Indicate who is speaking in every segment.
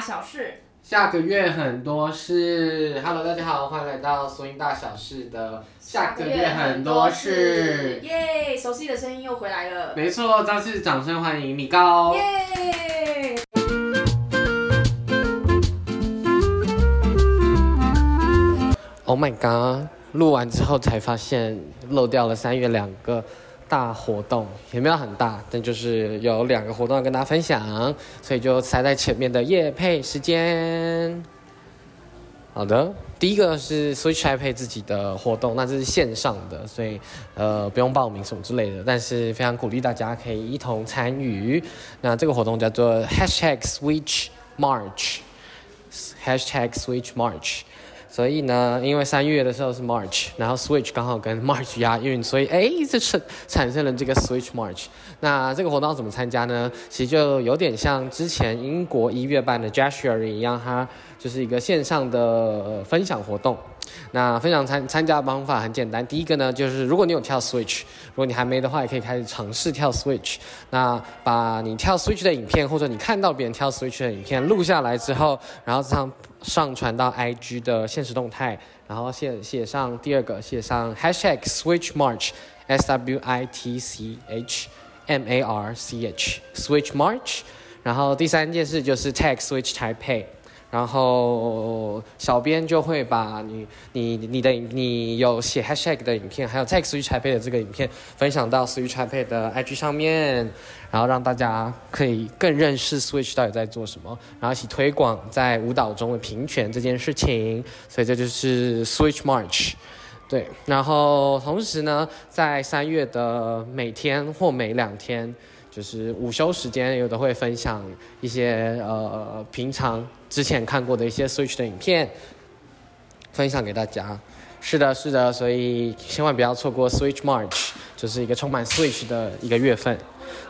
Speaker 1: 小事。
Speaker 2: 下个月很多事，Hello，大家好，欢迎来到索引大小事的下个月很多事。
Speaker 1: 耶！熟悉的声音又回来了，
Speaker 2: 没错，再次掌声欢迎米高。
Speaker 1: 耶！
Speaker 2: Oh my god！录完之后才发现漏掉了三月两个大活动，也没有很大，但就是有两个活动要跟大家分享，所以就塞在前面的夜配时间。好的，第一个是 Switch iPad 自己的活动，那这是线上的，所以呃不用报名什么之类的，但是非常鼓励大家可以一同参与。那这个活动叫做 Hashtag Switch March，Hashtag Switch March。所以呢，因为三月的时候是 March，然后 Switch 刚好跟 March 押韵，所以哎，这是产生了这个 Switch March。那这个活动要怎么参加呢？其实就有点像之前英国一月办的 January 一样，它就是一个线上的、呃分享活动。那分享参参加的方法很简单，第一个呢就是如果你有跳 Switch，如果你还没的话，也可以开始尝试跳 Switch。那把你跳 Switch 的影片，或者你看到别人跳 Switch 的影片录下来之后，然后上上传到 IG 的现实动态，然后写写上第二个，写上 Hashtag Switch March S W I T C H M A R C H Switch March。然后第三件事就是 Tag Switch Taipei。然后小编就会把你、你、你的、你有写 hashtag 的影片，还有 tag Switch iPad 的这个影片分享到 Switch iPad 的 IG 上面，然后让大家可以更认识 Switch 到底在做什么，然后一起推广在舞蹈中的平权这件事情。所以这就是 Switch March。对，然后同时呢，在三月的每天或每两天，就是午休时间，有的会分享一些呃平常之前看过的一些 Switch 的影片，分享给大家。是的，是的，所以千万不要错过 Switch March，就是一个充满 Switch 的一个月份。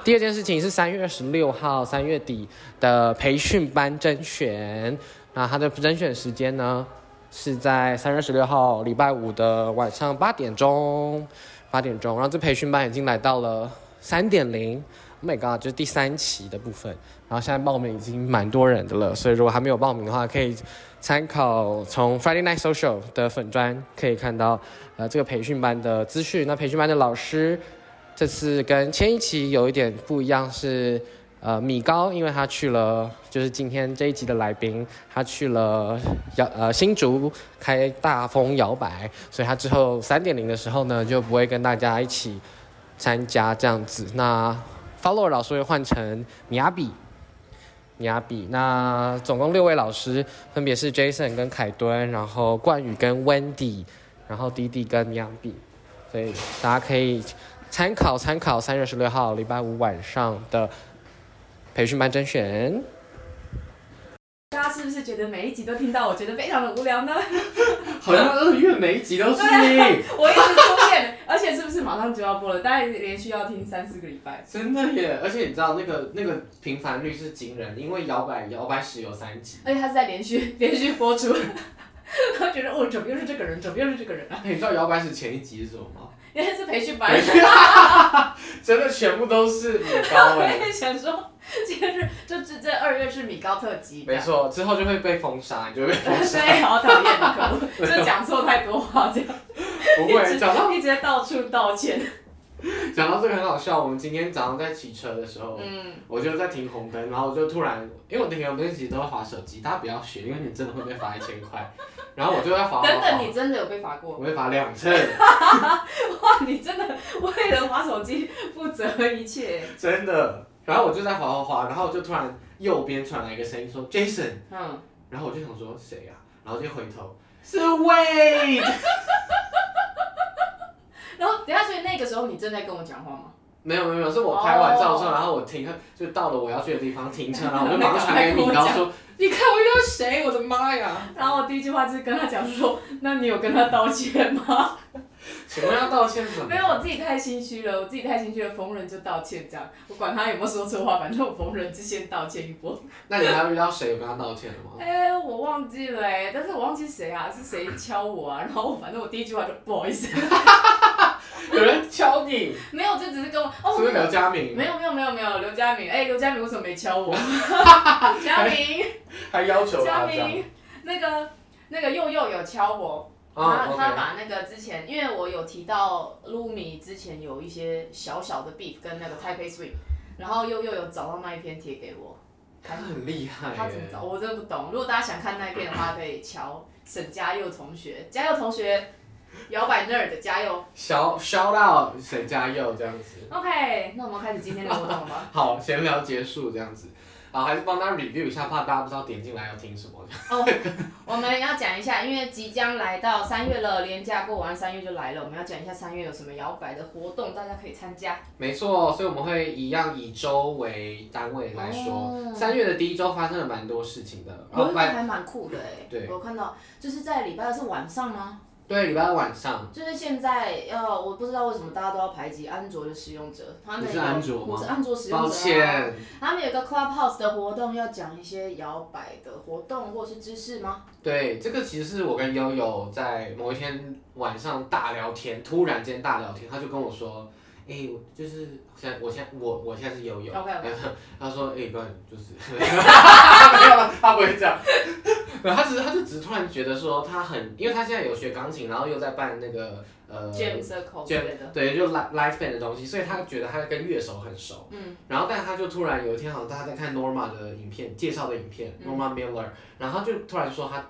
Speaker 2: 第二件事情是三月二十六号，三月底的培训班甄选。那它的甄选时间呢是在三月二十六号礼拜五的晚上八点钟，八点钟。然后这培训班已经来到了三点零，Oh my god，就是第三期的部分。然后现在报名已经蛮多人的了，所以如果还没有报名的话，可以参考从 Friday Night Social 的粉砖可以看到，呃，这个培训班的资讯。那培训班的老师这次跟前一期有一点不一样是。呃，米高，因为他去了，就是今天这一集的来宾，他去了摇呃新竹开大风摇摆，所以他之后三点零的时候呢，就不会跟大家一起参加这样子。那 follow 老师会换成米亚比，米亚比。那总共六位老师，分别是 Jason 跟凯敦，然后冠宇跟 Wendy，然后迪迪跟米亚比，所以大家可以参考参考三月十六号礼拜五晚上的培训班甄选。
Speaker 1: 大家是不是觉得每一集都听到，我觉得非常的无聊呢？
Speaker 2: 好像二月每一集都是你，
Speaker 1: 我一直出现，而且是不是马上就要播了？大概连续要听三四个礼拜。
Speaker 2: 真的耶！而且你知道那个那个频繁率是惊人，因为摇摆摇摆史有三集。
Speaker 1: 而且他是在连续 连续播出，然后觉得哦，怎么又是这个人，怎么又是这个人啊？
Speaker 2: 你知道摇摆史前一集是什么吗？
Speaker 1: 原来是培训班
Speaker 2: 没。事真的全部都是米 高
Speaker 1: 我
Speaker 2: 哎。
Speaker 1: 也想说，就是就这这二月是米高特辑，
Speaker 2: 没错，之后就会被封杀，你就会被 封杀。
Speaker 1: 对，好讨厌，可恶，就讲错太多话，这样
Speaker 2: 不
Speaker 1: 一
Speaker 2: 会
Speaker 1: 直
Speaker 2: 讲到
Speaker 1: 一直在到处道歉。
Speaker 2: 讲到这个很好笑，我们今天早上在骑车的时候，
Speaker 1: 嗯，
Speaker 2: 我就在停红灯，然后我就突然，因为我停红灯其实都会划手机，大家不要学，因为你真的会被罚一千块。然后我就在划，划
Speaker 1: 等等，
Speaker 2: 划
Speaker 1: 你真的有被罚过？
Speaker 2: 我被罚两 次。
Speaker 1: 哇，你真的为了划手机不择一切。
Speaker 2: 真的。然后我就在滑滑滑，然后就突然右边传来一个声音说 Jason，
Speaker 1: 嗯，
Speaker 2: 然后我就想说谁呀、然后就回头是 Wade，
Speaker 1: 然后等一下，所以那个时候你正在跟我讲话吗？
Speaker 2: 没有没有没有，是我拍完照
Speaker 1: 哦
Speaker 2: 之后，然后我停就到了我要去的地方停车，然后我就马上传给米高说，你看我遇到谁，我的妈呀！
Speaker 1: 然后我第一句话就是跟他讲说，那你有跟他道歉吗？
Speaker 2: 请问要道歉什么？
Speaker 1: 没有，我自己太心虚了，我自己太心虚了，逢人就道歉这样，我管他有没有说错话，反正我逢人就先道歉一波。
Speaker 2: 那你还有遇到谁有跟他道歉的吗？
Speaker 1: 哎、我忘记了哎、但是我忘记谁啊，是谁敲我啊？然后反正我第一句话就不好意思，
Speaker 2: 有人敲你，是
Speaker 1: 没有，就只是跟我哦，
Speaker 2: 不是刘嘉明？
Speaker 1: 没有没有没有没有刘佳明，哎、刘佳明为什么没敲我？佳明，
Speaker 2: 还要求
Speaker 1: 嘉
Speaker 2: 他啊这样。
Speaker 1: 明，那个那个佑佑有敲我，
Speaker 2: 哦
Speaker 3: 啊
Speaker 1: 他他
Speaker 3: ，OK，
Speaker 1: 把那个之前，因为我有提到 Lumi 之前有一些小小的 beef 跟那个 Taipei Sweep，然后佑佑有找到那一篇贴给我，
Speaker 3: 他很厉
Speaker 2: 哎
Speaker 3: 害耶。
Speaker 1: 他怎么找我真的不懂。如果大家想看那一篇的话，可以敲沈佳佑同学，佳佑同学，摇摆 nerd 加 油。
Speaker 2: 小 shout out 沈佳佑这样子。
Speaker 1: OK，那我们开始今天的活动吧。
Speaker 2: 好，闲聊结束这样子。好，还是帮大家 review 一下，怕大家不知道点进来要听什么。
Speaker 1: 哦，我们要讲一下，因为即将来到三月了，连假过完三月就来了，我们要讲一下三月有什么摇摆的活动，大家可以参加。
Speaker 2: 没错，所以我们会一样以周为单位来说
Speaker 1: 哦，嗯
Speaker 2: 三、月的第一周发生了蛮多事情的。哦然
Speaker 1: 有
Speaker 2: 后
Speaker 1: 一个
Speaker 2: 呃拜
Speaker 1: 还蛮酷的哎、
Speaker 2: 对
Speaker 1: 我看到就是在礼拜二是晚上吗？
Speaker 2: 对礼拜二晚上，
Speaker 1: 就是现在呃，我不知道为什么大家都要排挤安卓的使用者，他们
Speaker 2: 你
Speaker 1: 有
Speaker 2: 是安卓吗
Speaker 1: 我是安卓使用者、啊，
Speaker 2: 抱歉，
Speaker 1: 他们有个 Clubhouse 的活动，要讲一些摇摆的活动或是知识吗？
Speaker 2: 对这个其实是我跟悠悠在某一天晚上大聊天，突然间大聊天，他就跟我说。哎、我就是现在，我现在我我现在是悠悠
Speaker 1: OK，OK
Speaker 2: 然后他说，哎、不然就是 没有啦，他不会这样， 然后他只是他就只是突然觉得说他很，因为他现在有学钢琴，然后又在办那个呃
Speaker 1: Jam Circle 之
Speaker 2: Jam-
Speaker 1: 类的，
Speaker 2: 对，就 live live band 的东西，所以他觉得他跟乐手很熟。
Speaker 1: 嗯，
Speaker 2: 然后，但他就突然有一天，好像他在看 Norma 的影片介绍的影片、
Speaker 1: 嗯
Speaker 2: Norma Miller，然后他就突然说他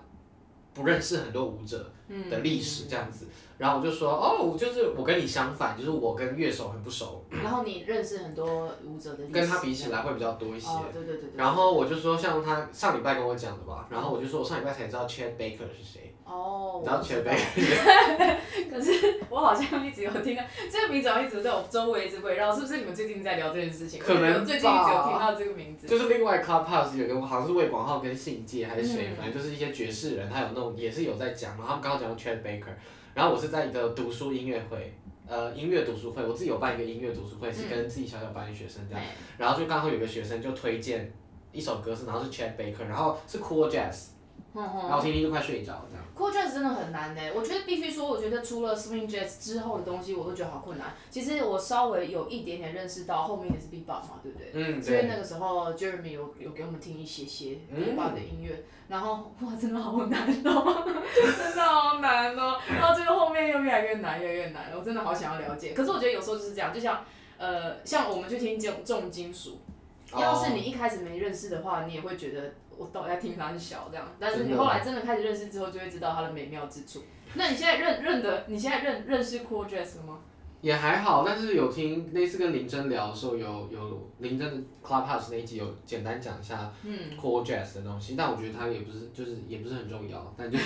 Speaker 2: 不认识很多舞者
Speaker 1: 嗯
Speaker 2: 的历史这样子。然后我就说，哦，我就是我跟你相反，就是我跟乐手很不熟，
Speaker 1: 嗯然后你认识很多舞者的历史，
Speaker 2: 跟他比起来会比较多一些。
Speaker 1: 哦，对对对对。
Speaker 2: 然后我就说，像他上礼拜跟我讲的吧，然后我就说我上礼拜才知道 Chad Baker 是谁，
Speaker 1: 哦，
Speaker 2: 你知道
Speaker 1: 我
Speaker 2: Chad
Speaker 1: 知
Speaker 2: Baker
Speaker 1: 可是我好像一直有听到这个名字，好像一直在我周围一直围绕，是不是你们最近在聊这件事情？
Speaker 2: 可能吧
Speaker 1: 我最近一直有听到这个名字。
Speaker 2: 就是另外 Clubhouse 有个好像是魏广浩跟信介还是谁，
Speaker 1: 嗯
Speaker 2: 反正就是一些爵士人，他有那种也是有在讲，然后他们刚刚讲到 Chad Baker，然后我是在一个读书音乐会，呃，音乐读书会，我自己有办一个音乐读书会，
Speaker 1: 嗯
Speaker 2: 是跟自己小小班的学生这样，
Speaker 1: 哎
Speaker 2: 然后就刚好有个学生就推荐一首歌是，然后是 Chad Baker，然后是 Cool Jazz，
Speaker 1: 嗯
Speaker 2: 然后
Speaker 1: 嗯
Speaker 2: 我听听就快睡着了这样。
Speaker 1: ，Cool Jazz 真的很难呢、我觉得必须说，我觉得除了 Swing Jazz 之后的东西，我都觉得好困难。其实我稍微有一点点认识到后面也是 Bebop 嘛，对不对？
Speaker 2: 嗯，
Speaker 1: 所以
Speaker 2: 对，
Speaker 1: 那个时候 Jeremy 有有给我们听一些些
Speaker 2: 嗯
Speaker 1: Bebop 的音乐，然后哇，真的好难哦， 真的好难哦，然后这个后面又越来越难，越来越难，我真的好想要了解。可是我觉得有时候就是这样，就像呃，像我们去听重重金属。
Speaker 2: 哦
Speaker 1: 要是你一开始没认识的话，你也会觉得我到底在听他是小这样。但是
Speaker 2: 真
Speaker 1: 你
Speaker 2: 的
Speaker 1: 后来真的开始认识之后，就会知道它的美妙之处。那你现在认认得，你现在认认识 Cool Jazz 了吗？
Speaker 2: 也还好，但是有听那次跟林真聊的时候，有有林真的 Clubhouse 那一集有简单讲一下
Speaker 1: 嗯，
Speaker 2: core jazz 的东西，但我觉得它也不是，就是也不是很重要， 但就，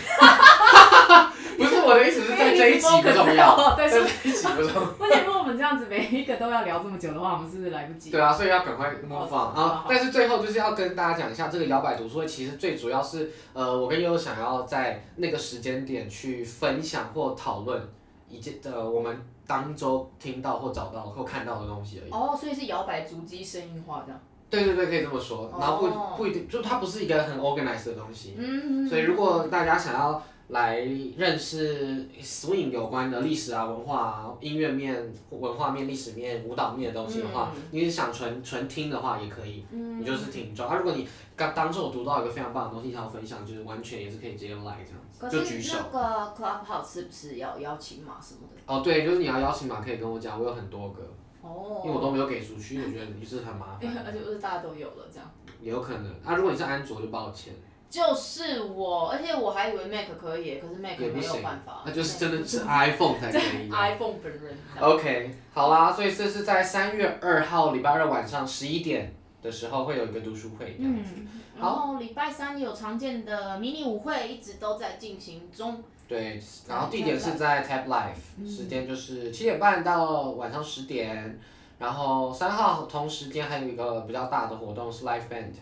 Speaker 2: 不是我的意思是在这一集不重要，
Speaker 1: 要。
Speaker 2: 在
Speaker 1: 对，是
Speaker 2: 这一集不重要，
Speaker 1: 而且如果我们这样子每一个都要聊这么久的话，我们是不是来不及？
Speaker 2: 对啊，所以要赶快 move
Speaker 1: 好
Speaker 2: on
Speaker 1: 哦好
Speaker 2: 啊
Speaker 1: 好！
Speaker 2: 但是最后就是要跟大家讲一下，这个摇摆读书会其实最主要是，呃，我跟悠悠想要在那个时间点去分享或讨论一件呃我们当周听到或找到或看到的东西而已。
Speaker 1: 哦，所以是摇摆足迹声音化这样。
Speaker 2: 对对对，可以这么说。然后
Speaker 1: 哦
Speaker 2: 不不一定，就它不是一个很 organized 的东西。
Speaker 1: 嗯
Speaker 2: 所以如果大家想要来认识 swing 有关的历史啊、文化啊、音乐面、文化面、历史面、舞蹈面的东西的话，你想纯纯听的话也可以，
Speaker 1: 嗯
Speaker 2: 你就是听中。啊，如果你刚当时我读到一个非常棒的东西，想要分享，就是完全也是可以直接来这
Speaker 1: 可
Speaker 2: 样子，就举
Speaker 1: 是
Speaker 2: 手。
Speaker 1: 那个 Clubhouse 是不是要邀请码什么的？
Speaker 2: 哦，对，就是你要邀请码可以跟我讲，我有很多个，
Speaker 1: 哦，
Speaker 2: 因为我都没有给出去，因为我觉得你是很麻
Speaker 1: 因为
Speaker 2: 烦，
Speaker 1: 而且不是大家都有了这样。
Speaker 2: 也有可能。啊，如果你是安卓就抱歉，
Speaker 1: 就是我，而且我还以为 Mac 可以，可是 Mac
Speaker 2: 也不
Speaker 1: 没有
Speaker 2: 行
Speaker 1: 办法，
Speaker 2: 那就是真的是 iPhone 才可以。
Speaker 1: iPhone 本人。
Speaker 2: OK，好啦，所以这是在三月二号礼拜二晚上十一点的时候会有一个读书会，这样子。
Speaker 1: 嗯，然后礼拜三有常见的迷你舞会，一直都在进行中。
Speaker 2: 对，然后地点是在 Tap
Speaker 1: 嗯
Speaker 2: Life，时间就是七点半到晚上十点。然后三号同时间还有一个比较大的活动是 Live Band，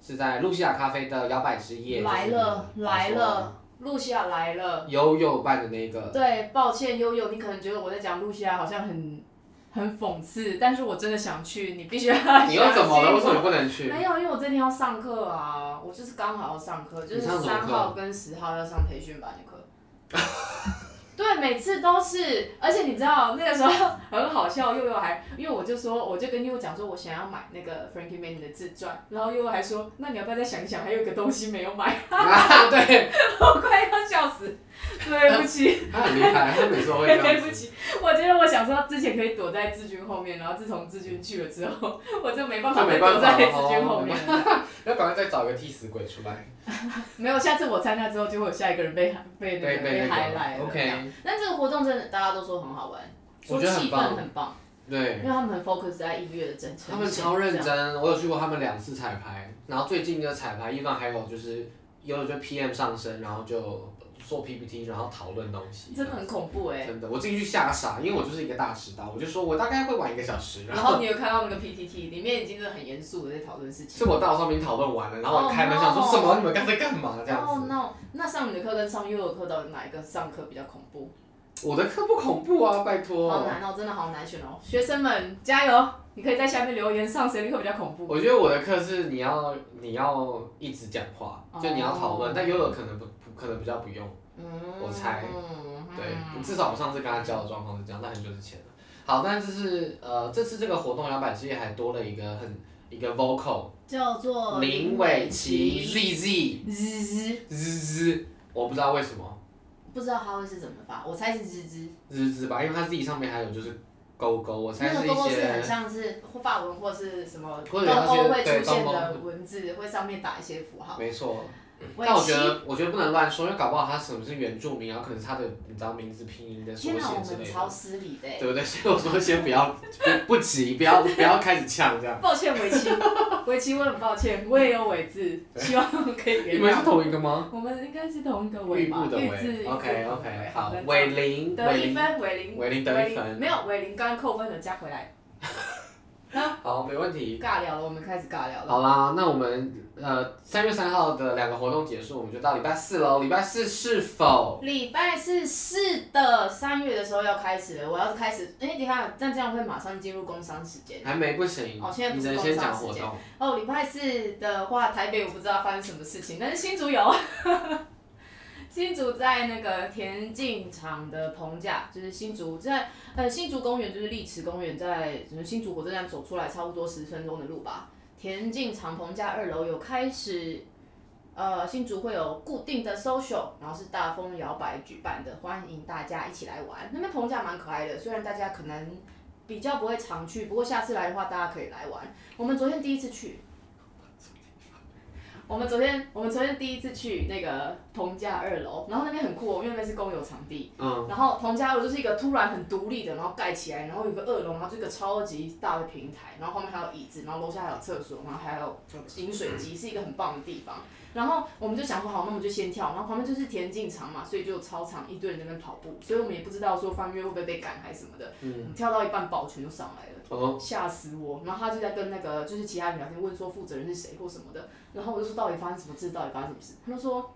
Speaker 2: 是在露西亚咖啡的摇摆之夜
Speaker 1: 来了来了，露西亚来了。
Speaker 2: 悠悠办的 那个，
Speaker 1: 对，抱歉悠悠，你可能觉得我在讲露西亚好像很很讽刺，但是我真的想去，你必须要
Speaker 2: 你又怎么了？
Speaker 1: 相
Speaker 2: 为什
Speaker 1: 信我
Speaker 2: 么你不能去？
Speaker 1: 没有，因为我这天要上课啊，我就是刚好要上课，就是
Speaker 2: 你上什么
Speaker 1: 三
Speaker 2: 课
Speaker 1: 号跟十号要上培训班的课。对，对，每次都是，而且你知道那个时候很好笑，悠悠还因为我就说，我就跟悠悠讲说，我想要买那个 Frankie Manning 的自传，然后悠悠还说，那你要不要再想一想，还有一个东西没有买，
Speaker 2: 啊，对，
Speaker 1: 我快要笑死，对不起，
Speaker 2: 他很厉害，他每次都会这
Speaker 1: 对
Speaker 2: 样
Speaker 1: 不
Speaker 2: 子。
Speaker 1: 起，我觉得我想说之前可以躲在志军后面，然后自从志军去了之后， 我就没办法
Speaker 2: 就
Speaker 1: 再
Speaker 2: 没办
Speaker 1: 躲
Speaker 2: 法
Speaker 1: 在志
Speaker 2: 了哦
Speaker 1: 军后面了。
Speaker 2: 要赶快再找一个替死鬼出来，
Speaker 1: 没有，下次我参加之后就会有下一个人被被
Speaker 2: 被
Speaker 1: 那个
Speaker 2: 被那
Speaker 1: highlight
Speaker 2: 个
Speaker 1: 了这样
Speaker 2: OK，
Speaker 1: 但这个活动真的大家都说很好玩，说
Speaker 2: 我觉得很
Speaker 1: 气氛
Speaker 2: 棒
Speaker 1: 很棒，因
Speaker 2: 对，
Speaker 1: 为他们很 focus 在音乐的整成。
Speaker 2: 他们超认。真，我有去过他们两次彩排，然后最近的彩排一般还有就是有就 PM 上身，然后就做 PPT，然后讨论东西，
Speaker 1: 真的很恐怖哎、
Speaker 2: 真的，我进去吓傻，因为我就是一个大迟到，我就说我大概会晚一个小时，
Speaker 1: 然
Speaker 2: 然后
Speaker 1: 后你有看到那个 PPT 里面已经是很严肃的在讨论事
Speaker 2: 是
Speaker 1: 情。
Speaker 2: 哦我到上面讨论完了，然后我开门
Speaker 1: Oh,
Speaker 2: 想说
Speaker 1: no.
Speaker 2: 什么？你们刚才干嘛这样
Speaker 1: 哦、
Speaker 2: 子？
Speaker 1: no！那上你的课跟上幼儿课到底哪一个上课比较恐怖？
Speaker 2: 我的课不恐怖啊，拜
Speaker 1: 好
Speaker 2: 托。
Speaker 1: 难哦，真的好难选哦。学生们加油！你可以在下面留言，上谁的课比较恐怖？
Speaker 2: 我觉得我的课是你要你要一直讲话，就你要讨论
Speaker 1: Oh.
Speaker 2: 但悠悠可能不不可能比较不用，
Speaker 1: 嗯，
Speaker 2: 我猜
Speaker 1: 嗯
Speaker 2: 对，至少我上次跟他教的状况是这样，但很久之前了。好，但这是呃这次这个活动摇摆之夜还多了一个很一个 vocal，
Speaker 1: 叫做
Speaker 2: 哦林伟琪 ZZ
Speaker 1: 滋滋，
Speaker 2: ZZ，我不知道为什么。
Speaker 1: 不知道他会是怎么发，我猜是滋滋。
Speaker 2: 日子吧，因为它自己上面还有就是勾勾，哦我猜
Speaker 1: 那个
Speaker 2: 是一
Speaker 1: 勾勾是很
Speaker 2: 些
Speaker 1: 像是法文或是什么
Speaker 2: 或
Speaker 1: 东
Speaker 2: 者有
Speaker 1: 欧会
Speaker 2: 一些
Speaker 1: 出现
Speaker 2: 对
Speaker 1: 的
Speaker 2: 东
Speaker 1: 文字，会上面打一些符号。
Speaker 2: 没错。
Speaker 1: 伟
Speaker 2: 嗯但我
Speaker 1: 琪，
Speaker 2: 觉得我觉得不能乱说，因为搞不好他什么是原住民，然后可能是他的你知道名字拼音的缩
Speaker 1: 天哪，
Speaker 2: 写
Speaker 1: 我
Speaker 2: 之
Speaker 1: 们
Speaker 2: 类
Speaker 1: 超
Speaker 2: 的，
Speaker 1: 失礼的
Speaker 2: 对
Speaker 1: 欸。
Speaker 2: 不对？所以我说先不要不不急，不要不要开始呛这样。
Speaker 1: 抱歉，伟琪，伟琪，我很抱歉，我也有伟字，希望可以
Speaker 2: 你
Speaker 1: 原
Speaker 2: 们是
Speaker 1: 谅。
Speaker 2: 同一个吗？
Speaker 1: 我们应该是同一个伟
Speaker 2: 玉
Speaker 1: 吧
Speaker 2: 部？的
Speaker 1: 玉字
Speaker 2: 伟，OK
Speaker 1: 玉字
Speaker 2: OK，
Speaker 1: 好
Speaker 2: 好
Speaker 1: 的，
Speaker 2: 伟林
Speaker 1: 得
Speaker 2: 伟
Speaker 1: 一
Speaker 2: 林
Speaker 1: 分，伟林，
Speaker 2: 伟林得一分
Speaker 1: 没，有伟林刚刚扣分的加回来。
Speaker 2: 好，没问题。
Speaker 1: 尬聊了，我们开始尬聊了。
Speaker 2: 好啦，那我们呃三月三号的两个活动结束，我们就到礼拜四喽。礼拜四是否
Speaker 1: 礼拜四是的，三月的时候要开始了，我要开始。哎、等一下，但这样会马上进入工商时间。
Speaker 2: 还没不行
Speaker 1: 哦现在？不
Speaker 2: 你
Speaker 1: 是
Speaker 2: 能
Speaker 1: 工
Speaker 2: 先
Speaker 1: 商
Speaker 2: 讲
Speaker 1: 时
Speaker 2: 活
Speaker 1: 间
Speaker 2: 动。
Speaker 1: 哦，礼拜四的话，台北我不知道发生什么事情，但是新竹有。 新竹在那个田径场的棚架，就是新竹在呃新竹公园，就是丽池公园，在就是新竹火车站走出来差不多十分钟的路吧。田径场棚架二楼有开始，呃，新竹会有固定的 social，然后是大风摇摆举办的，欢迎大家一起来玩。那边棚架蛮可爱的，虽然大家可能比较不会常去，不过下次来的话大家可以来玩。我们昨天第一次去。我们昨天，我们昨天第一次去那个彭家二楼，然后那边很酷哦，因为那边是公有场地。
Speaker 2: 嗯，
Speaker 1: 然后彭家二楼就是一个突然很独立的，然后盖起来，然后有个二楼，然后这个超级大的平台，然后后面还有椅子，然后楼下还有厕所，然后还有饮水机，是一个很棒的地方。然后我们就想说，好，那我们就先跳。然后旁边就是田径场嘛，所以就有操场，一堆人在那边跑步，所以我们也不知道说翻越会不会被赶还是什么的。我们跳到一半，保全就上来了。
Speaker 2: 哦，
Speaker 1: 吓死我！然后他就在跟那个就是其他人聊天，问说负责人是谁或什么的。然后我就说到底发生什么事？到底发生什么事？他就说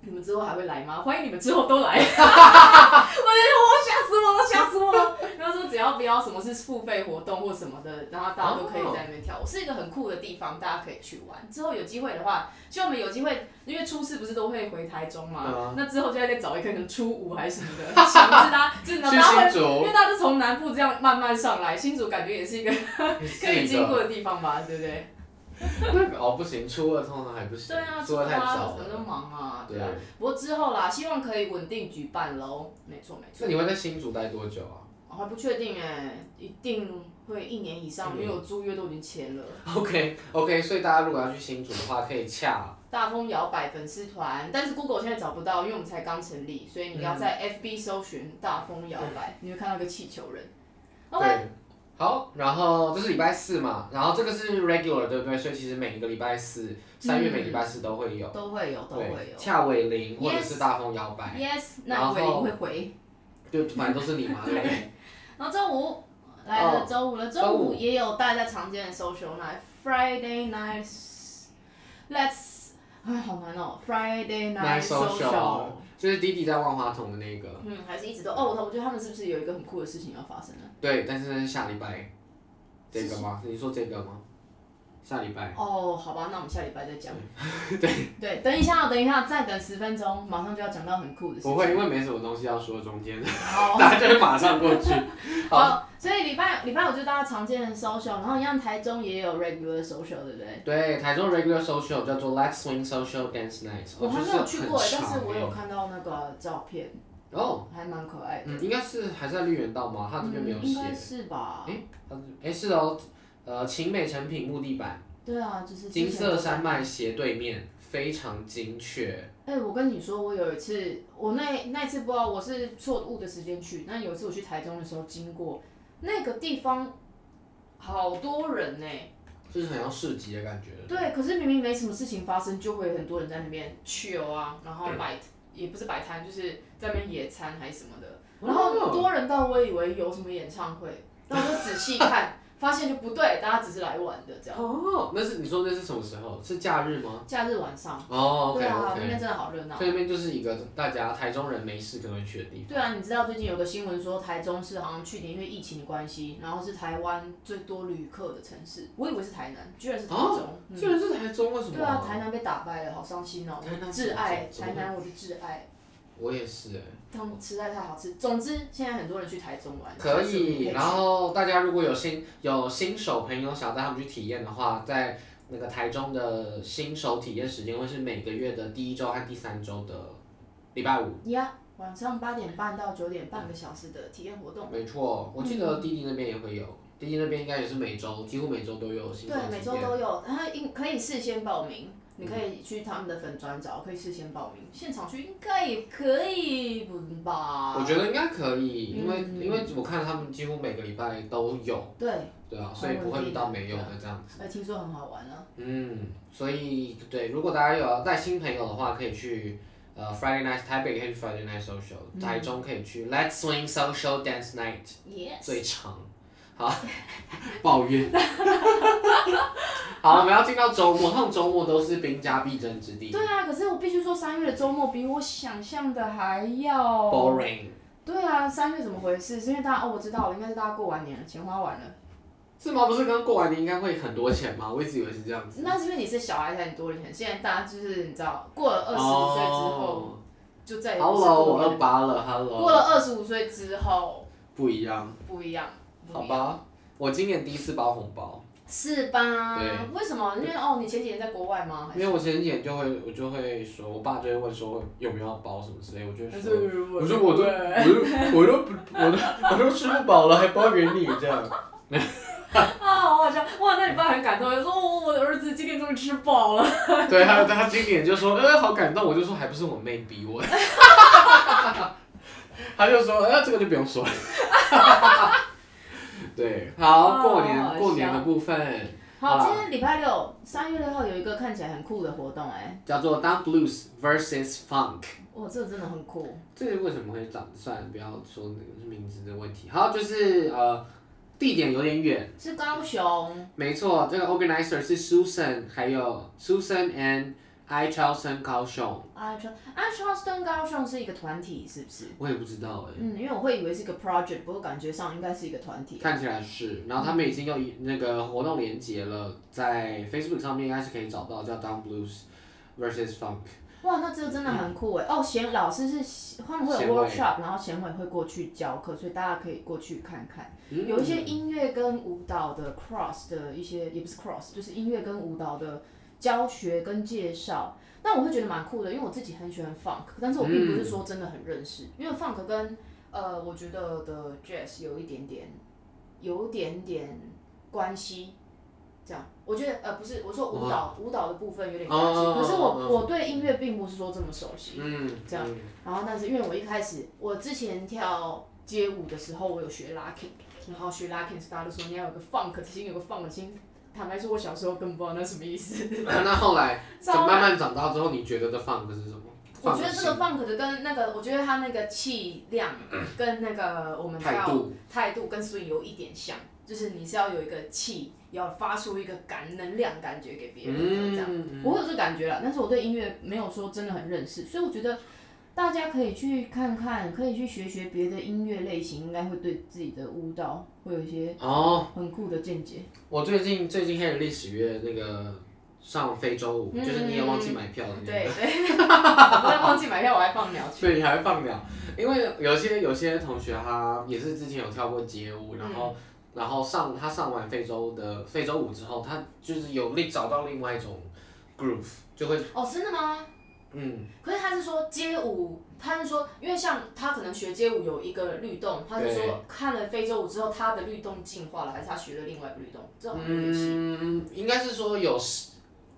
Speaker 1: 你们之后还会来吗？欢迎你们之后都 来。我就说我吓死我了，吓死我了。 然后说只要不要什么是付费活动或什么的，然后大家都可以在那边跳。舞，是一个很酷的地方，大家可以去玩。之后有机会的话，希望我们有机会，因为初四不是都会回台中嘛，
Speaker 2: 对啊
Speaker 1: 那之后就要再找一个可能初五还是什么的，强制大家就是大
Speaker 2: 去
Speaker 1: 家会
Speaker 2: 新
Speaker 1: 因
Speaker 2: 竹
Speaker 1: 为大家是从南部这样慢慢上来，新竹感觉也是一个 可以经过的地方吧，对不对？
Speaker 2: 那个 哦，不行，初二通常还不行，
Speaker 1: 对啊，
Speaker 2: 初二太
Speaker 1: 啊，
Speaker 2: 早
Speaker 1: 我都
Speaker 2: 了。
Speaker 1: 忙啊，
Speaker 2: 对
Speaker 1: 对啊。，不过之后啦，希望可以稳定举办喽。没错没错
Speaker 2: 那，你会在新竹待多久啊？
Speaker 1: 我还不确定哎、一定会一年以上，
Speaker 2: 嗯
Speaker 1: 因为我租约都已经签了。
Speaker 2: OK OK，所以大家如果要去新竹的话，可以洽
Speaker 1: 啊大风摇摆粉丝团，但是 Google 现在找不到，因为我们才刚成立，所以你要
Speaker 2: 嗯
Speaker 1: 在 FB 搜寻大风摇摆，你会看到一个气球人。OK，
Speaker 2: 对，好，然后这是礼拜四嘛，然后这个是 regular 对不对？所以其实每一个礼拜四，三月每礼拜四都会有，
Speaker 1: 都会有，都会
Speaker 2: 对，
Speaker 1: 有。
Speaker 2: 恰伟林或者
Speaker 1: Yes
Speaker 2: 是大风摇摆，
Speaker 1: Yes，
Speaker 2: 然
Speaker 1: 那
Speaker 2: 后
Speaker 1: 伟林会回。
Speaker 2: 就反正都是 你嘛，对不对？
Speaker 1: 然后周五来
Speaker 2: 哦
Speaker 1: 了，周五了，周
Speaker 2: 周
Speaker 1: 五
Speaker 2: 五
Speaker 1: 也有大家常见的 social night，Friday night，Let's，哎，好难哦，Friday night
Speaker 2: Night social
Speaker 1: social，
Speaker 2: 就是弟弟在万花筒的那个，
Speaker 1: 嗯，还是一直都哦，我我觉得他们是不是有一个很酷的事情要发生呢？嗯
Speaker 2: 对，但是那是下礼拜，这个吗？你说这个吗？下礼拜。
Speaker 1: 哦，好吧，那我们下礼拜再 讲。对对，等一下，哦等一下，再等十分钟，马上就要讲到很酷的事情。
Speaker 2: 不会，因为没什么东西要说，中间
Speaker 1: 好，
Speaker 2: 大家就会马上过去。 好，
Speaker 1: 好，所以礼拜礼拜五就大家常见的 social，然后一样台中也有 regular social，对不对？
Speaker 2: 对，台中 regular social 叫做 Let's Swing Social Dance Night，哦
Speaker 1: 我还没有去过，
Speaker 2: 就是很
Speaker 1: 但是
Speaker 2: 长
Speaker 1: 我
Speaker 2: 欸
Speaker 1: 有看到那个照片，
Speaker 2: 哦，
Speaker 1: 还蛮可爱的。
Speaker 2: 嗯，应该是还在绿园道吗？他这边没有
Speaker 1: 嗯
Speaker 2: 写
Speaker 1: 应。该是吧？
Speaker 2: 他哎、是哦，呃，晴美成品木地板，
Speaker 1: 对啊，就是之前
Speaker 2: 金色山脉斜对面，非常精确。
Speaker 1: 哎、我跟你说，我有一次，我那那一次不知道我是错误的时间去，那有一次我去台中的时候经过那个地方，好多人呢、
Speaker 2: 就是很像市集的感觉。
Speaker 1: 对，可是明明没什么事情发生，就会很多人在那边去游啊，然后摆、也不是摆摊，就是在那边野餐还是什么的。然后
Speaker 2: 哦
Speaker 1: 多人到我以为有什么演唱会，然后我就仔细看，发现就不对，大家只是来玩的这样。
Speaker 2: 哦，那是你说那是什么时候？是假日吗？
Speaker 1: 假日晚上，
Speaker 2: 哦，OK
Speaker 1: 对啊，那
Speaker 2: OK，、
Speaker 1: 边真的好热闹
Speaker 2: 所。以那边就是一个大家台中人没事可能会去的地方。
Speaker 1: 对啊，你知道最近有个新闻说台中市好像去年因为疫情的关系，然后是台湾最多旅客的城市，我以为是台南，居然是台中。
Speaker 2: 哦，
Speaker 1: 嗯
Speaker 2: 居然是台中，为什么？
Speaker 1: 对啊，台南被打败了，好伤心哦！我
Speaker 2: 台南
Speaker 1: 的挚爱，
Speaker 2: 怎
Speaker 1: 台
Speaker 2: 么
Speaker 1: 南我的挚爱，
Speaker 2: 我也是哎、
Speaker 1: 他们吃在太好吃。总之，现在很多人去台中玩，
Speaker 2: 可
Speaker 1: 下次我们
Speaker 2: 以，
Speaker 1: 去
Speaker 2: 然后大家如果有新有新手朋友想带他们去体验的话，在那个台中的新手体验时间会是每个月的第一周和第三周的礼拜五。
Speaker 1: 呀晚上八点半到九点半个小时的体验活动。
Speaker 2: 没错，我记得弟弟那边也会有，弟弟那边应该也是每周几乎每周都有新手
Speaker 1: 对，每
Speaker 2: 体
Speaker 1: 周
Speaker 2: 验。
Speaker 1: 都有，然后应可以事先报名，你可以去他们的粉专找，可以事先报名，现场去应该也可以不吧？
Speaker 2: 我觉得应该可以，因为、
Speaker 1: 嗯
Speaker 2: 因为我看他们几乎每个礼拜都有，
Speaker 1: 对，
Speaker 2: 对啊，
Speaker 1: 很
Speaker 2: 所以不会
Speaker 1: 稳
Speaker 2: 遇
Speaker 1: 定
Speaker 2: 到
Speaker 1: 的
Speaker 2: 没有的这样。
Speaker 1: 呃，听说很好玩啊。
Speaker 2: 嗯，所以对，如果大家有要带新朋友的话，可以去呃 Friday Night 台北可以去 Friday Night Social，、台
Speaker 1: 嗯
Speaker 2: 中可以去 Let's Swing Social Dance Night
Speaker 1: Yes。
Speaker 2: 最长，好， 抱怨。好，我们要进到周末，通常周末都是兵家必争之地
Speaker 1: 对啊，可是我必须说，三月的周末比我想象的还要。
Speaker 2: 哦，boring，
Speaker 1: 对啊，三月怎么回事？是因为大家哦，我知道了，应该是大家过完年了，钱花完了。
Speaker 2: 是吗？不是刚过完年应该会很多钱吗？我一直以为是这样子。
Speaker 1: 那是因为你是小孩才很多钱，现在大家就是你知道，过了二十五岁之后，
Speaker 2: 哦
Speaker 1: 就再也不是
Speaker 2: ，Hello，
Speaker 1: 过
Speaker 2: 我
Speaker 1: 了。
Speaker 2: 二八了
Speaker 1: 过
Speaker 2: ，Hello，
Speaker 1: 了二十五岁之后
Speaker 2: 不一样，
Speaker 1: 不一样，不
Speaker 2: 好
Speaker 1: 一样，
Speaker 2: 吧，我今年第一次包红包。
Speaker 1: 是吧
Speaker 2: 对？
Speaker 1: 为什么？因为哦，你前几天在国外吗？还
Speaker 2: 因为我前几天就会，我就会说，我爸就会问说有没有要包什么之类，我就会
Speaker 1: 还
Speaker 2: 说，
Speaker 1: 是
Speaker 2: 我说我都，我都，我都不，我都，我都吃不饱了，还包给你这样。
Speaker 1: 啊，好好笑！哇，那你爸很感动，说哦，我的儿子今天终于吃饱了。
Speaker 2: 对，还有他今年就说，呃，好感动，我就说还不是我妹逼我。 他就说，呃，这个就不用说了。 对，好，过
Speaker 1: 好好
Speaker 2: 年
Speaker 1: 笑
Speaker 2: 过年的部分好
Speaker 1: 好，
Speaker 2: 啦
Speaker 1: 今天礼拜六，三月六号有一个看起来很酷的活动、哎，
Speaker 2: 叫做 Down Blues versus Funk。
Speaker 1: 哇，这个真的很酷。
Speaker 2: 这个为什么会长？算了，不要说那个名字的问题。好，就是呃，地点有点远。
Speaker 1: 是高雄，
Speaker 2: 没错，这个 organizer 是 Susan，还有 Susan and I Charleston 高雄，
Speaker 1: 啊，超啊，Charleston 高雄是一个团体，是不是？
Speaker 2: 我也不知道哎、
Speaker 1: 嗯，因为我会以为是一个 project，不过感觉上应该是一个团体。
Speaker 2: 看起来是。然后他们已经有一那个活动连接了，在 Facebook 上面应该是可以找到，叫 Down Blues versus Funk。
Speaker 1: 哇，那这个真的很酷哎！哦，贤老师是他们会
Speaker 2: 嗯贤
Speaker 1: 有
Speaker 2: 伟
Speaker 1: workshop，然后贤伟会过去教课，所以大家可以过去看看。
Speaker 2: 嗯
Speaker 1: 有一些音乐跟舞蹈的 cross 的一些，也不是 cross，就是音乐跟舞蹈的教学跟介绍。那我会觉得蛮酷的，因为我自己很喜欢 funk，但是我并不是说真的很认识，因为 funk 跟呃，我觉得的 jazz 有一点点，有点点关系。这样，我觉得呃不是，我说舞蹈、舞蹈的部分有点关系，
Speaker 2: 哦
Speaker 1: 可是我、
Speaker 2: 哦哦
Speaker 1: 我对音乐并不是说这么熟悉。
Speaker 2: 嗯，
Speaker 1: 这样然后，但是因为我一开始我之前跳街舞的时候，我有学 locking，然后学 locking 是大家都说你要有个 funk 心，有个 funk 心。坦白说，我小时候根本不知道那什么意思。
Speaker 2: 嗯。那后来，
Speaker 1: 超
Speaker 2: 慢慢长大之后，你觉得的 Funk 是什么？
Speaker 1: 我觉得这个
Speaker 2: 放嗯
Speaker 1: funk 的跟那个，我觉得他那个气量跟那个我们
Speaker 2: 态
Speaker 1: 跳
Speaker 2: 度
Speaker 1: 态度跟 swing 有一点像，就是你是要有一个气，要发出一个感能量感觉给别人的这样。
Speaker 2: 嗯，
Speaker 1: 我有这感觉了，但是我对音乐没有说真的很认识，所以我觉得
Speaker 4: 大家可以去看看，可以去学学别的音乐类型，应该会对自己的舞蹈会有一些
Speaker 2: 哦，
Speaker 4: 很酷的见解。
Speaker 2: 我最近最近黑人历史月那个上非洲舞，
Speaker 1: 嗯
Speaker 2: 就是你也忘记买票了，你
Speaker 1: 对 对，我在忘记买票，我还放鸟去。
Speaker 2: 所以你还会放鸟，因为有些有些同学他也是之前有跳过街舞，然
Speaker 1: 嗯
Speaker 2: 后、然后上他上完非洲的非洲舞之后，他就是有另找到另外一种 groove，就会
Speaker 1: 哦，真的吗？
Speaker 2: 嗯
Speaker 1: 可是他是说街舞，他是说，因为像他可能学街舞有一个律动，他是
Speaker 2: 对
Speaker 1: 说看了非洲舞之后，他的律动进化了，还是他学了另外一个律动？这种东西。
Speaker 2: 嗯，应该是说有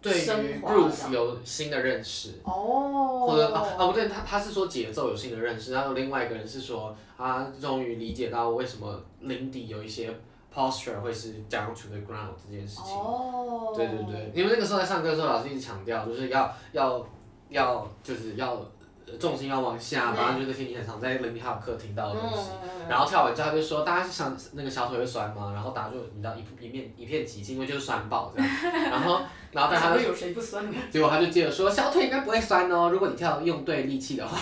Speaker 2: 对于
Speaker 1: 升华
Speaker 2: groove
Speaker 1: 这样
Speaker 2: 有新的认识。
Speaker 1: 哦。
Speaker 2: 或者啊啊不对，他他是说节奏有新的认识，然后另外一个人是说他终于理解到为什么林底有一些 posture 会是 down to the ground 这件事情。
Speaker 1: 哦。
Speaker 2: 对对。对，因为那个时候在上课的时候，老师一直强调就是要要要就是要呃重心要往下嘛，
Speaker 1: 对
Speaker 2: 然后就是听你很常在林底好课听到的东西。
Speaker 1: 嗯。
Speaker 2: 然后跳完之后，他就说大家是想那个小腿会酸吗？然后大家就你知道一片一面一片寂静，因为就是酸爆这样。然后然后但他
Speaker 1: 想
Speaker 2: 就
Speaker 1: 说有谁不酸吗？
Speaker 2: 结果他就接着说，小腿应该不会酸哦，如果你跳用对力气的话。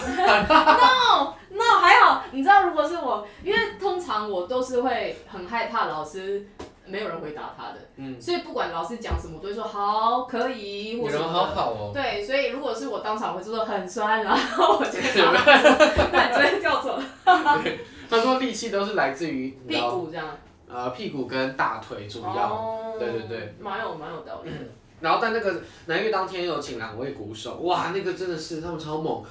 Speaker 1: 那还好，你知道，如果是我，因为通常我都是会很害怕老师没有人回答他的，
Speaker 2: 嗯，
Speaker 1: 所以不管老师讲什么，我都会说好可以，
Speaker 2: 你
Speaker 1: 或
Speaker 2: 人
Speaker 1: 者
Speaker 2: 好好哦。
Speaker 1: 对，所以如果是我当场，我就说很酸，然后我就会把它做那你昨天跳错了
Speaker 2: 他说力气都是来自于你
Speaker 1: 屁
Speaker 2: 知道
Speaker 1: 股这样，
Speaker 2: 呃屁股跟大腿主要，
Speaker 1: 哦
Speaker 2: 对对对，
Speaker 1: 蛮有蛮有道理的。
Speaker 2: 然后但那个南越当天有请两位鼓手，哇，那个真的是他们超猛。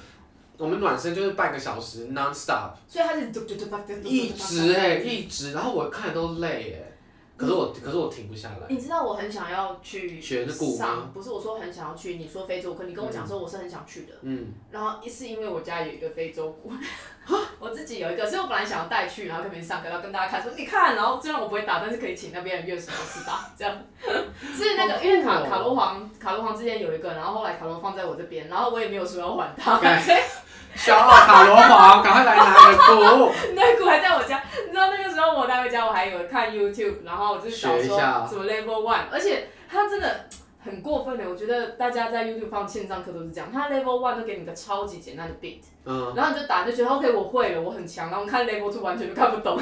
Speaker 2: 我们暖身就是半个小时 non stop，
Speaker 1: 所以他是嘟嘟嘟吧嘟嘟嘟吧
Speaker 2: 一直哎、一直，然后我看了都累哎、可是我可是我停不下来。
Speaker 1: 你知道我很想要去
Speaker 2: 学那鼓吗
Speaker 1: 上，不是我说很想要去，你说非洲，可你跟我讲说我是很想去的，
Speaker 2: 嗯，
Speaker 1: 然后是因为我家有一个非洲鼓， 我自己有一个，所以我本来想要带去，然后跟别人上课，然后跟大家看说你看，然后虽然我不会打，但是可以请那边的乐手老师打，这样。所以那
Speaker 2: 好
Speaker 1: 个
Speaker 2: 酷哦
Speaker 1: 因为卡卡罗皇卡罗皇之前有一个，然后后来卡罗放在我这边，然后我也没有说要还他，
Speaker 2: 对
Speaker 1: 所以
Speaker 2: 小奥卡罗皇，赶快来拿你的鼓，
Speaker 1: 那鼓还在我家，你知道那个时候我带回家，我还有看 YouTube，然后我就是找
Speaker 2: 学一
Speaker 1: 说
Speaker 2: 下
Speaker 1: 什么 Level One，而且它真的很过分的，我觉得大家在 YouTube 放线上课都是这样，它 Level One 都给你个超级简单的 beat，
Speaker 2: 嗯，
Speaker 1: 然后你就打就觉得 OK 我会了，我很强，然后看 Level Two 完全就看不 懂，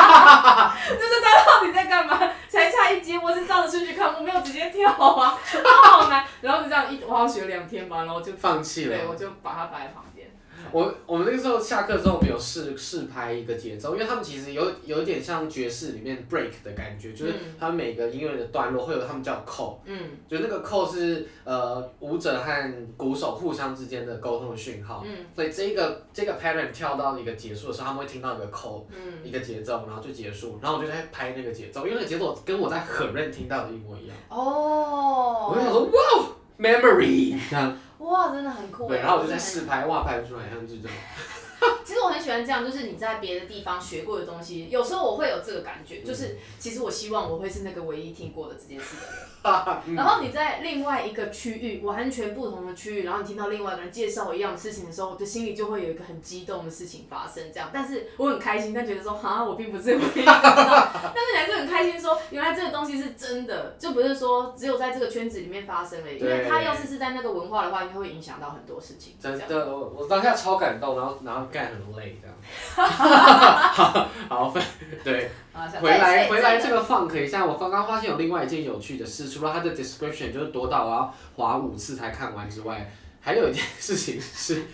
Speaker 1: 就是他到底在干嘛？才差一阶，我是照着顺序看，我没有直接跳啊，好难。然后就这样一，我好像学了两天吧，然后就
Speaker 2: 放弃了
Speaker 1: 对，。我就把它摆在旁边。
Speaker 2: 我我们那个时候下课之后，我们有试试拍一个节奏，因为他们其实有有点像爵士里面 break 的感觉，就是
Speaker 1: 嗯
Speaker 2: 他们每个音乐的段落会有他们叫扣，
Speaker 1: 嗯
Speaker 2: 就那个扣是呃舞者和鼓手互相之间的沟通的讯号，
Speaker 1: 嗯
Speaker 2: 所以这个这个 pattern 跳到一个结束的时候，他们会听到一个扣。
Speaker 1: 嗯，
Speaker 2: 一个节奏，然后就结束，然后我就在拍那个节奏，因为那个节奏跟我在很认听到的一模一样，
Speaker 1: 哦
Speaker 2: 我就想说哇，memory 这样，
Speaker 1: 哇，真的很酷
Speaker 2: 对，
Speaker 1: 欸
Speaker 2: 然后我就在
Speaker 1: 真的很
Speaker 2: 试拍，哇，拍不出来，像这种，
Speaker 1: 其实我很喜欢这样，就是你在别的地方学过的东西，有时候我会有这个感觉，就是其实我希望我会是那个唯一听过的这件事的人。然后你在另外一个区域，完全不同的区域，然后你听到另外一个人介绍一样的事情的时候，我的心里就会有一个很激动的事情发生，这样。但是我很开心，但觉得说哈，我并不是唯一知道，但是你还是很开心说，原来这个东西是真的，就不是说只有在这个圈子里面发生而已。因为
Speaker 2: 对
Speaker 1: 它要是是在那个文化的话，应该会影响到很多事情。这
Speaker 2: 真
Speaker 1: 样
Speaker 2: 的，我我当下超感动，然后然后干很累这样。 好，好，对，
Speaker 1: 啊，想
Speaker 2: 回来
Speaker 1: 对
Speaker 2: 回来这个 funk 一下，我刚刚发现有另外一件有趣的事，除了它的 description 就是多到我要划五次才看完之外，还有一件事情是，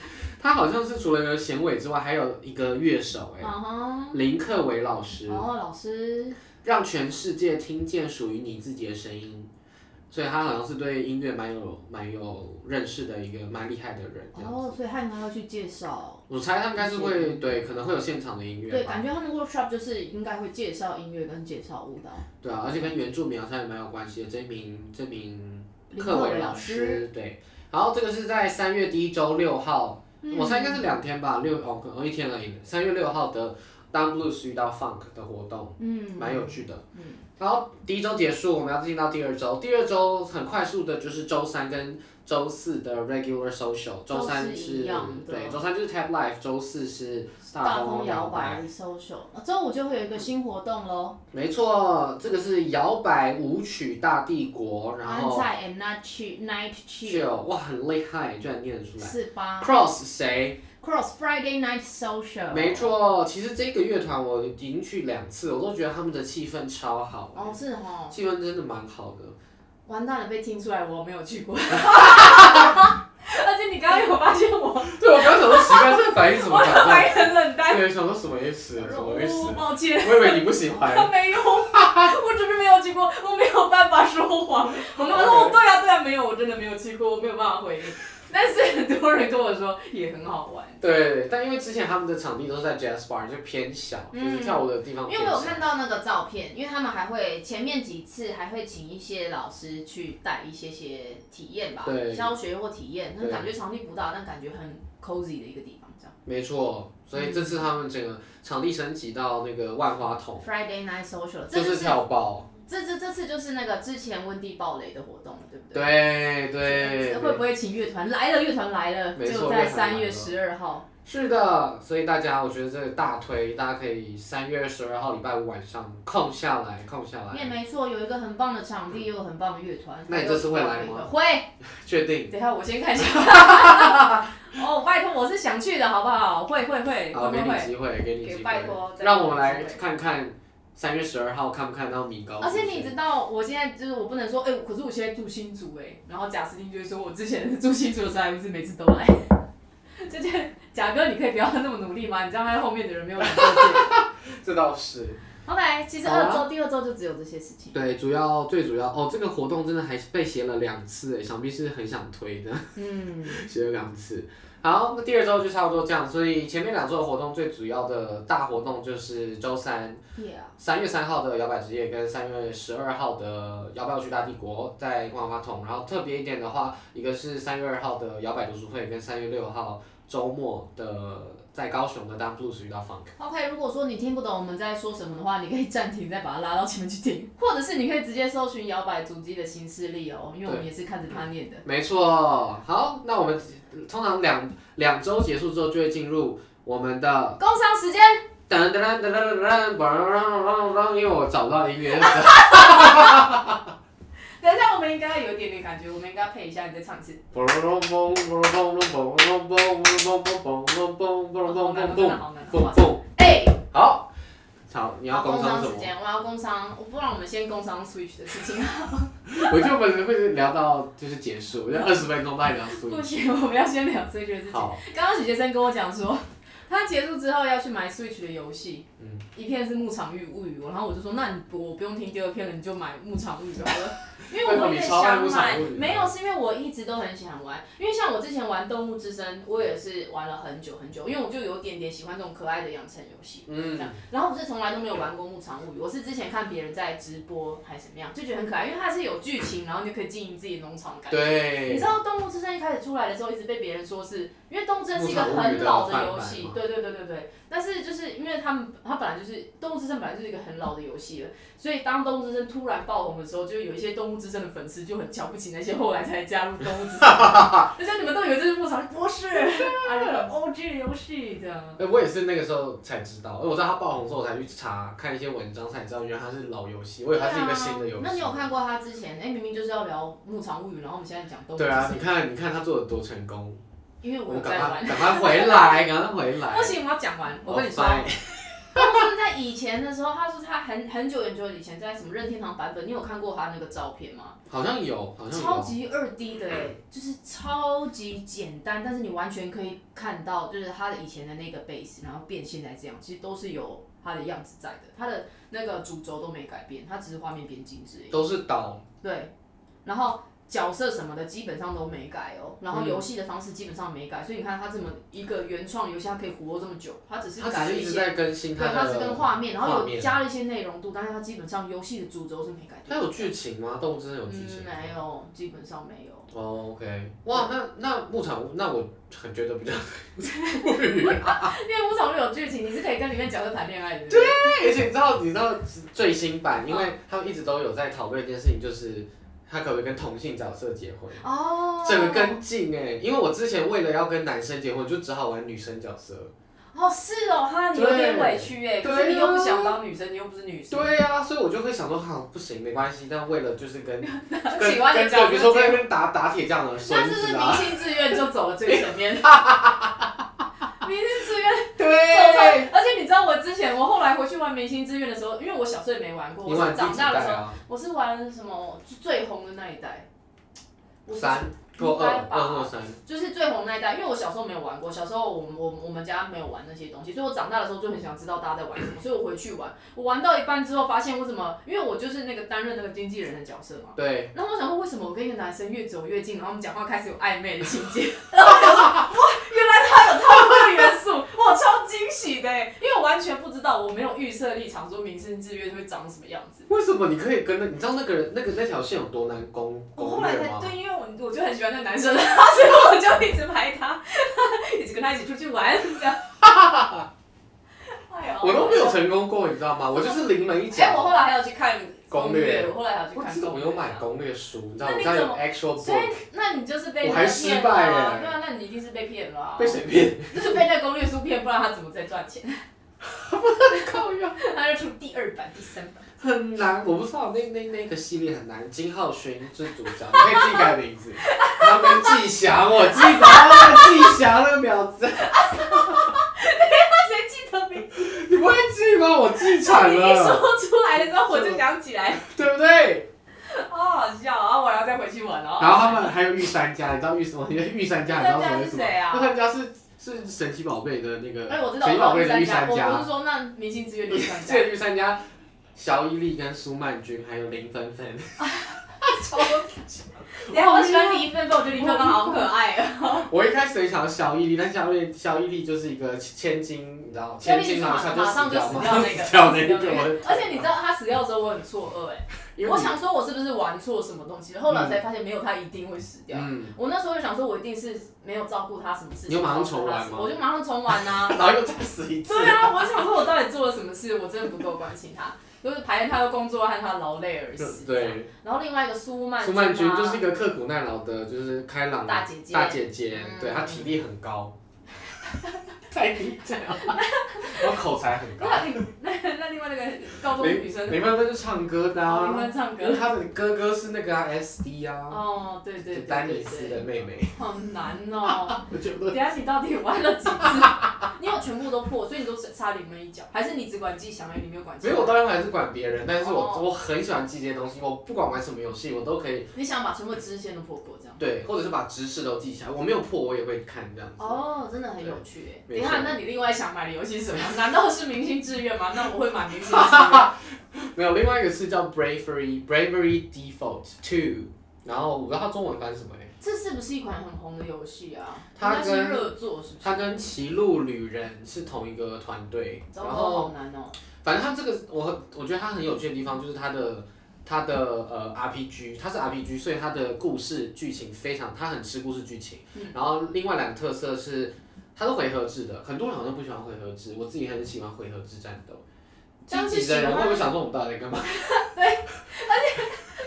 Speaker 2: 它好像是除了有弦尾之外，还有一个乐手哎、
Speaker 1: 嗯哼。
Speaker 2: 林克伟老师，
Speaker 1: 哦，老师，
Speaker 2: 让全世界听见属于你自己的声音，所以他好像是对音乐蛮有蛮有认识的一个蛮厉害的人这样子。
Speaker 4: 哦，所以他应该要去介绍。
Speaker 2: 我猜他应该是会对，可能会有现场的音乐
Speaker 4: 对，
Speaker 2: 吧。
Speaker 4: 感觉他们 workshop 就是应该会介绍音乐跟介绍舞蹈。
Speaker 2: 对啊，而且跟原住民好像也蛮有关系的。这名这名
Speaker 4: 林
Speaker 2: 课
Speaker 4: 克
Speaker 2: 伟
Speaker 4: 伟
Speaker 2: 老
Speaker 4: 老师
Speaker 2: 师，对。然后这个是在三月第一周六号，我猜应该是两天吧，六哦可能一天而已。三月六号的 Down Blues 遇到 Funk 的活动，
Speaker 4: 嗯，
Speaker 2: 哦蛮有趣的。然后第一周结束，我们要进到第二周。第二周很快速的，就是周三跟周四的 regular social，周三
Speaker 1: 都是
Speaker 2: 是
Speaker 1: 一样的
Speaker 2: 对，周三就是 tap life，周四是
Speaker 1: 大
Speaker 2: 风
Speaker 1: 风摇
Speaker 2: 摆。
Speaker 1: 摆 social，啊周五就会有一个新活动喽。
Speaker 2: 没错，这个是摇摆舞曲大帝国，哦然
Speaker 1: 安
Speaker 2: 后
Speaker 1: 在 and night chill night
Speaker 2: chill，
Speaker 1: chill
Speaker 2: 哇，很厉害，居然念得出来。
Speaker 1: 四八
Speaker 2: Cross 谁？
Speaker 1: cross Friday night social。
Speaker 2: 没。错，其实这个乐团我已经去两次，我都觉得他们的气氛超好，
Speaker 5: 哦，是哦，
Speaker 2: 气氛真的蛮好的。
Speaker 5: 完蛋了，被听出来我没有去 过。而且你刚刚有发现我，
Speaker 2: 对，我刚想说奇怪，这个反应怎
Speaker 5: 我
Speaker 2: 么
Speaker 5: 的
Speaker 2: 讲
Speaker 5: 反
Speaker 2: 到？
Speaker 5: 应很冷淡。
Speaker 2: 对，想说什么意思？什么意思
Speaker 5: 哦，？抱歉。
Speaker 2: 我以为你 不喜欢。
Speaker 5: 没 有，我只是没有去过，我没有办法说 谎。我跟我说，哦对啊对啊，没有，我真的没有去过，我没有办法回应。 但是很多人跟我说也很好玩，
Speaker 2: 对，但因为之前他们的场地都是在 Jazz Bar，就偏小，就是跳舞的地方
Speaker 1: 嗯因
Speaker 2: 偏
Speaker 1: 为我
Speaker 2: 小。
Speaker 1: 有看到那个照片，因为他们还会前面几次还会请一些老师去带一些些体验吧，
Speaker 2: 对
Speaker 1: 教学或体验，那
Speaker 2: 对
Speaker 1: 感觉场地不大，但感觉很 cozy 的一个地方，这样。
Speaker 2: 没错，所以这次他们整个场地升级到那个万花筒，
Speaker 1: Friday night social，
Speaker 2: 就
Speaker 1: 这就是是
Speaker 2: 跳爆。
Speaker 1: 这这这次就是那个之前温蒂暴雷的活动了，对不对？
Speaker 2: 对 对
Speaker 1: 这会不会请乐团来了？乐团来了，
Speaker 2: 没错
Speaker 1: 就在
Speaker 2: 乐团来
Speaker 1: 三
Speaker 2: 了
Speaker 1: 月十二号。
Speaker 2: 是的，所以大家，我觉得这个大推，大家可以三月十二号礼拜五晚上空下来，空下
Speaker 1: 也
Speaker 2: 来。
Speaker 1: 没错，有一个很棒的场地，又有很棒的乐团。
Speaker 2: 那你这次会来吗
Speaker 1: 会，
Speaker 2: 确定？
Speaker 5: 等一下我先 看一下。哦，拜托，我是想去的好不好？会会会
Speaker 2: 好，
Speaker 5: 会
Speaker 2: 给
Speaker 5: 会
Speaker 2: 你
Speaker 5: 会。
Speaker 2: 机会，给你
Speaker 5: 给
Speaker 2: 机
Speaker 5: 拜托
Speaker 2: 会，
Speaker 5: 再
Speaker 2: 让
Speaker 5: 给
Speaker 2: 我
Speaker 5: 我
Speaker 2: 们来
Speaker 5: 机会
Speaker 2: 看看三月十二号看不看到米高。
Speaker 5: 而且你知道，我现在就是我不能说，哎、可是我现在住新竹哎、然后贾斯汀就会说，我之前住新竹的时候还不是每次都来， 就觉得贾哥你可以不要那么努力吗？你这样害后面的人没有感觉。
Speaker 2: 这倒是。
Speaker 1: OK，其实
Speaker 2: 好啊
Speaker 1: 二周、第二周就只有这些事情。
Speaker 2: 对，主要最主要哦，这个活动真的还是被写了两次诶，想必是很想推的，
Speaker 1: 嗯，
Speaker 2: 写了两次。好，那第二周就差不多这样，所以前面两周的活动最主要的大活动就是周三
Speaker 1: yeah，
Speaker 2: 三月三号的摇摆之夜跟三月十二号的摇摆舞曲大帝国在万花筒，然后特别一点的话，一个是三月二号的摇摆读书会跟三月六号周末的在高雄的 Down Blues 遇到 Funk。
Speaker 1: OK，如果说你听不懂我们在说什么的话，你可以暂停，再把它拉到前面去听， 或者是你可以直接搜寻摇摆主机的新势力哦，因为我们也是看着他念的。
Speaker 2: 没错，好，那我们通常两两周结束之后就会进入我们的
Speaker 1: 工商时间，
Speaker 2: 噔噔噔噔噔噔噔噔噔，因为我找不到音乐，
Speaker 5: 等一下，我们应该有一点点感觉，我们应该配一下，你再唱 一次。
Speaker 2: 嘣嘣嘣嘣嘣嘣嘣嘣嘣嘣嘣嘣嘣嘣嘣嘣嘣，
Speaker 1: 哎、
Speaker 2: 好，好，你要
Speaker 1: 好
Speaker 2: 工
Speaker 1: 工
Speaker 2: 商
Speaker 1: 商
Speaker 2: 什
Speaker 1: 时
Speaker 2: 么？
Speaker 1: 间，我要工商，不然我们先工商 switch 的事 情。
Speaker 2: 我就本来会聊到就是结束，就二十分钟大概聊出。
Speaker 5: 不行，我们要先聊 Switch 的事情。
Speaker 2: 好，
Speaker 5: 刚刚许先生跟我讲 说，他结束之后要去买 Switch 的游戏，
Speaker 2: 嗯
Speaker 5: 一片是《牧场物物语》，然后我就说，那你我不用听第二片了，你就买《牧场物语》好 了，因为我也想
Speaker 2: 为什么你超爱
Speaker 5: 买
Speaker 2: 牧场物语。
Speaker 1: 没有，是因为我一直都很喜欢玩，因为像我之前玩《动物之声》，我也是玩了很久很久，因为我就有点点喜欢这种可爱的养成游戏。
Speaker 2: 嗯，
Speaker 1: 然后我是从来都没有玩过《牧场物语》，我是之前看别人在直播还是怎么样，就觉得很可爱，因为它是有剧情，然后你就可以经营自己的农场的感觉。你
Speaker 2: 对
Speaker 1: 知，道《动物之声》一开始出来的时候，一直被别人说是因为《动物之声》是一个
Speaker 2: 牧场物语
Speaker 1: 很
Speaker 2: 的
Speaker 1: 老
Speaker 2: 翻
Speaker 1: 游
Speaker 2: 版
Speaker 1: 戏
Speaker 2: 嘛，
Speaker 1: 对对对对对。但是就是因为他们，它本来就是《动物之声》本来就是一个很老的游戏了，所以当《动物之声》突然爆红的时候，就有一些《动物之声》的粉丝就很瞧不起那些后来才加入《动物 之声》的，就像你们都以为这是牧场，不是，啊，那 个 OG 游戏这样。
Speaker 2: 哎，我也是那个时候才知道，因为我知道它爆红之后，我才去查看一些文章，才知道原来它是老游戏，我以为它是一个新的游戏。
Speaker 1: 啊那你有看过他之前？哎、明明就是要聊《牧场物语》，然后我们现在讲《动物之
Speaker 2: 对
Speaker 1: 声》
Speaker 2: 啊，你看，你看他做的多成功，
Speaker 1: 因为
Speaker 2: 我
Speaker 1: 我有
Speaker 2: 们
Speaker 1: 在
Speaker 2: 赶快
Speaker 1: 玩。
Speaker 2: 赶快回来，赶快回 来。
Speaker 5: 不行，我要讲完。我跟你说
Speaker 2: 哦，拜
Speaker 1: 他是在以前的时候，他说他很很久很久以前在什么任天堂版本，你有看过他那个照片吗？
Speaker 2: 好像有，好像有。
Speaker 1: 超级二 D 的哎、就是超级简单，但是你完全可以看到，就是他的以前的那个 base，然后变现在这样，其实都是有他的样子在的，他的那个主轴都没改变，他只是画面变精致而已。
Speaker 2: 都是岛，
Speaker 1: 对，然后角色什么的基本上都没改哦，然
Speaker 2: 嗯
Speaker 1: 后游戏的方式基本上没改，所以你看它这么一个原创游戏，它可以活这么久，它只是
Speaker 2: 他
Speaker 1: 改
Speaker 2: 只
Speaker 1: 了
Speaker 2: 是
Speaker 1: 一
Speaker 2: 一直
Speaker 1: 些，
Speaker 2: 在更新
Speaker 1: 对，
Speaker 2: 他的。
Speaker 1: 它是跟画面，然
Speaker 2: 画
Speaker 1: 后有
Speaker 2: 面
Speaker 1: 加了一些内容度，但是它基本上游戏的主轴是没改
Speaker 2: 它
Speaker 1: 变。
Speaker 2: 有剧情吗？动物之森有剧
Speaker 1: 嗯，
Speaker 2: 情吗？
Speaker 1: 没有，基本上没有。
Speaker 2: 哦，OK，哇，那那牧场屋，那我很觉得比较，
Speaker 5: 因为《牧场物语》有剧情，你是可以跟里面角色谈恋爱的。
Speaker 2: 对
Speaker 1: 嗯
Speaker 2: 而且你知道，你知道最新版，因为他们一直都有在讨论一件事情，就是他可不可以跟同性角色结婚？
Speaker 1: 哦，
Speaker 2: 整个跟进哎、因为我之前为了要跟男生结婚，就只好玩女生角色。
Speaker 1: 哦是哦，哈，你有点委屈哎，
Speaker 2: 啊
Speaker 1: 可是你又不想当女生，你又不是女生，
Speaker 2: 对呀、所以我就会想说，哈、不行，没关系。但为了就是 跟跟
Speaker 1: 喜欢
Speaker 2: 跟
Speaker 1: 你
Speaker 2: 对，
Speaker 1: 讲就
Speaker 2: 比如说跟
Speaker 1: 是，
Speaker 2: 跟打打铁匠的
Speaker 1: 那
Speaker 2: 绳
Speaker 1: 就是
Speaker 2: 子
Speaker 1: 明
Speaker 2: 啊，
Speaker 1: 星志愿就走了最前 面，明星志愿。
Speaker 2: 对，
Speaker 1: 而且你知道我之前，我后来回去玩明星志愿的时候，因为我小时候也没玩过，
Speaker 2: 你
Speaker 1: 我
Speaker 2: 玩
Speaker 1: 是
Speaker 2: 第
Speaker 1: 长
Speaker 2: 几
Speaker 1: 大的时
Speaker 2: 代
Speaker 1: 候，
Speaker 2: 啊？
Speaker 1: 我是玩什么最红的那一代，我不知
Speaker 2: 三或二
Speaker 1: 应该，吧
Speaker 2: 二或三。
Speaker 1: 就是最红那一代，因为我小时候没有玩过，小时候我们我我们家没有玩那些东西，所以我长大的时候就很想知道大家在玩什么，所以我回去玩，我玩到一半之后发现为什么，因为我就是那个担任那个经纪人的角色嘛，
Speaker 2: 对，
Speaker 1: 然后我想说，为什么我跟一个男生越走越近，然后我们讲话开始有暧昧的情节？然后我想说，哇，原来他有他有这个元素，哇，超惊喜的耶！因为我完全不知道，我没有预设立场，说《明星志愿》会长什么样子。
Speaker 2: 为什么你可以跟那？你知道那个人那个那条线有多难攻
Speaker 1: 我
Speaker 2: 攻
Speaker 1: 后来
Speaker 2: 略
Speaker 1: 才
Speaker 2: 吗？
Speaker 1: 对，因为我我就很喜欢那个男生，然后 所以我就一直拍他，一直跟他一起出去玩，这样。哎呀
Speaker 2: 我都没有。成功过，你知道吗？我就是临门一
Speaker 1: 哎、我
Speaker 2: 脚。
Speaker 1: 后来还有去看
Speaker 2: 攻略
Speaker 1: 哎我后来还有去
Speaker 2: 我
Speaker 1: 看
Speaker 2: 记得
Speaker 1: 攻
Speaker 2: 我
Speaker 1: 略。
Speaker 2: 有买攻略书，你知道
Speaker 1: 那
Speaker 2: 我
Speaker 1: 你
Speaker 2: 家有
Speaker 1: 怎么
Speaker 2: actual
Speaker 1: 所以
Speaker 2: book，
Speaker 1: 那你就是被那
Speaker 2: 我还
Speaker 1: 个
Speaker 2: 失
Speaker 1: 骗了
Speaker 2: 败
Speaker 1: 啊
Speaker 2: 耶
Speaker 1: 对啊，那你一定是被骗了、啊。
Speaker 2: 被谁 骗？
Speaker 1: 就是被那攻略书骗，不然他怎么再赚钱？他就出第二版、第三版。
Speaker 2: 很难，我不知道那那那个系列很难。金浩勋是主角，你可以自己改名字。然后跟季翔，我记得哦那个季翔那个婊子，
Speaker 1: 那谁记得名字？
Speaker 2: 你不会记吗？我记 惨
Speaker 1: 你一
Speaker 2: 了，
Speaker 1: 说出来的时候，我就想起来，
Speaker 2: 对不对？
Speaker 1: 好好笑啊！我要再回去玩哦。
Speaker 2: 然后他们还有御三家，你知道御什么？你的御三家你知道什么
Speaker 1: 御三家是谁啊
Speaker 2: 御三家是是神奇宝贝的那个，
Speaker 1: 哎，我知道，
Speaker 2: 神奇宝
Speaker 1: 我
Speaker 2: 贝
Speaker 1: 知道
Speaker 2: 的御
Speaker 1: 御
Speaker 2: 三
Speaker 1: 三家。我不
Speaker 2: 家
Speaker 1: 是，说那明星之约御三
Speaker 2: 这
Speaker 1: 家，
Speaker 2: 个御三家，小伊利跟苏曼君还有林芬 芬，
Speaker 1: 然后我喜 欢李一芬芬，我觉得李一芬芬好可爱 啊。
Speaker 2: 我一开始也想要小伊利，但小伊小伊利就是一个千金，你知道，千金马啊上就
Speaker 1: 马上就死
Speaker 2: 嘛，
Speaker 1: 掉 那个，
Speaker 2: 死掉那个，
Speaker 1: 而且你知道他死掉的时候，我很错愕哎，
Speaker 2: 因为
Speaker 1: 我
Speaker 2: 你
Speaker 1: 想说我是不是玩错什么东西了，后来我才发现没有，他一定会死掉。
Speaker 2: 嗯，
Speaker 1: 我那时候就想说，我一定是没有照顾他什么事情，
Speaker 2: 你有马上重玩吗
Speaker 1: 我就马上重玩 呐、
Speaker 2: 然后又再死一次，
Speaker 1: 对啊，我想说，我到底做了什么事？我真的不够关心他，就是排练他的工作和他劳累而死。啊
Speaker 2: 对，
Speaker 1: 然后另外一个苏曼啊
Speaker 2: 苏曼君就是一个刻苦耐劳的，就是开朗
Speaker 1: 大姐姐
Speaker 2: 大姐姐，
Speaker 1: 嗯
Speaker 2: 对她体力很 高，太低调，然后口才很高。
Speaker 1: 那你那那另外那个高中女生，
Speaker 2: 林曼芬是唱歌的
Speaker 1: 哦林
Speaker 2: 啊，
Speaker 1: 欢唱
Speaker 2: 因为
Speaker 1: 歌。
Speaker 2: 她的哥哥是那个啊 SD 啊，
Speaker 1: 哦，对对对
Speaker 2: 就
Speaker 1: 对
Speaker 2: 丹尼
Speaker 1: 对
Speaker 2: 斯
Speaker 1: 对
Speaker 2: 的妹妹，
Speaker 1: 好难 哦！
Speaker 2: 我觉
Speaker 1: 等
Speaker 2: 得
Speaker 1: 一下你到底玩了几次？ 你有全部都破，所以你都只差临门一脚，还是你只管自己想而已，你没有管？
Speaker 2: 没有，我，当然还是管别人，但是我
Speaker 1: 哦
Speaker 2: 我很喜欢记这些东西，我不管玩什么游戏，我都可以
Speaker 1: 你想把全部的支线都破过这样。
Speaker 2: 对，或者是把知识都记下来，我没有破我也会看这样子。
Speaker 1: 哦，真的很有趣哎！等
Speaker 2: 没错
Speaker 1: 一下，那你另外想买的游戏是什么？难道是明星志愿吗？那我会买明星志 愿。
Speaker 2: 没有，另外一个是叫 Bravery Bravery Default Two，然后我不知道它中文翻什么哎、
Speaker 1: 这是不是一款很红的游戏啊？
Speaker 2: 它
Speaker 1: 应该
Speaker 2: 跟
Speaker 1: 是热作是不是？
Speaker 2: 它跟《歧路旅人》是同一个团队，
Speaker 1: 糟
Speaker 2: 然
Speaker 1: 糕，
Speaker 2: 后
Speaker 1: 好难哦。
Speaker 2: 反正它这个我很我觉得它很有趣的地方就是它的它的呃 RPG，它是 RPG，所以它的故事剧情非常，它很吃故事剧情。
Speaker 1: 嗯
Speaker 2: 然后另外两个特色是它都回合制的，很多人好像不喜欢回合制，我自己很喜欢回合制战斗。
Speaker 1: 但是
Speaker 2: 积极的
Speaker 1: 喜
Speaker 2: 人
Speaker 1: 欢
Speaker 2: 会不会想说我们到底在干嘛？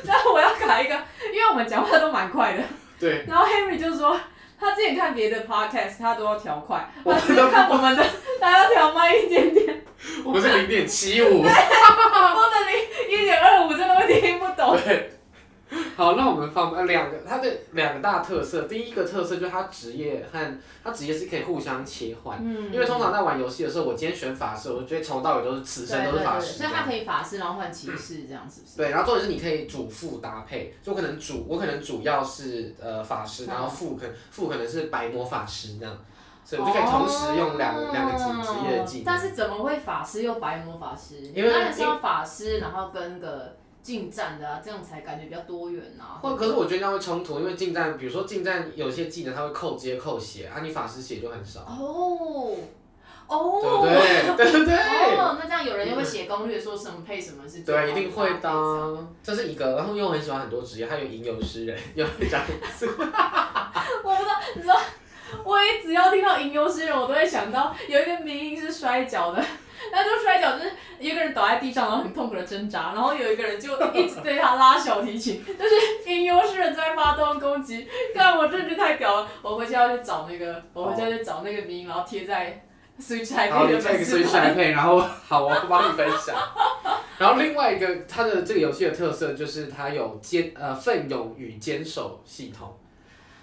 Speaker 1: 那我要改一个，因为我们讲话都蛮快的。
Speaker 2: 对，
Speaker 1: 然后 Henry 就说，他之前看别的 podcast，他都要调 快，
Speaker 2: 我
Speaker 1: 他
Speaker 2: 们
Speaker 1: 只是看我们的，他要调慢一点点。
Speaker 2: 我们是零点七 五。
Speaker 1: 我的零一点二五真的会听不懂。
Speaker 2: 对， 好，那我们放呃两个它的两个大特色，第一个特色就是它职业和它职业是可以互相切换。
Speaker 1: 嗯
Speaker 2: 因为通常在玩游戏的时候，我今天选法师，我就觉得从到尾都是此生都是法师这
Speaker 1: 所以他
Speaker 2: 样。
Speaker 1: 可以法师，然后换骑士，这样是不是？
Speaker 2: 对，然后重点是你可以主副搭配，就可能主我可能主要是呃法师，
Speaker 1: 嗯
Speaker 2: 然后副可副可能是白魔法师这样，所以我就可以同时用两、两个职职业的技
Speaker 1: 哦
Speaker 2: 能。
Speaker 1: 但是怎么会法师又白魔法师？
Speaker 2: 因为
Speaker 1: 当然是要法师，然后跟个近战的啊，这样才感觉比较多元啊。
Speaker 2: 或可是我觉得那样会冲突，因为近战，比如说近战有些技能它会扣接扣血，啊你法师血就很少，
Speaker 1: 哦
Speaker 2: 对
Speaker 1: 哦
Speaker 2: 不，对？对不对？
Speaker 1: 哦，那这样有人又会写攻略，说什么配什么是最好
Speaker 2: 对，啊
Speaker 1: 的
Speaker 2: 一定会的
Speaker 1: 搭配这样
Speaker 2: 啊。这是一个，然后因为我很喜欢很多职业，还有吟游诗人，有一张
Speaker 1: 我不知道，你知道，我也只要听到吟游诗人，我都会想到有一个名音是摔跤的，他就摔跤，就是一个人倒在地上，然后很痛苦的挣扎，然后有一个人就一直对他拉小提琴，就是引诱世人在发动攻击。看我真的觉得太屌了，我回去要去找那个，我回去要去找那个名，然后贴在 Switch 台
Speaker 2: 然后
Speaker 1: 配
Speaker 2: 你
Speaker 1: 的
Speaker 2: 再一
Speaker 1: 粉
Speaker 2: 个
Speaker 1: 丝
Speaker 2: 最
Speaker 1: 团。
Speaker 2: 帅配，然后好，我帮你分享。然后另外一个，它的这个游戏的特色就是它有坚呃奋勇与坚守系统，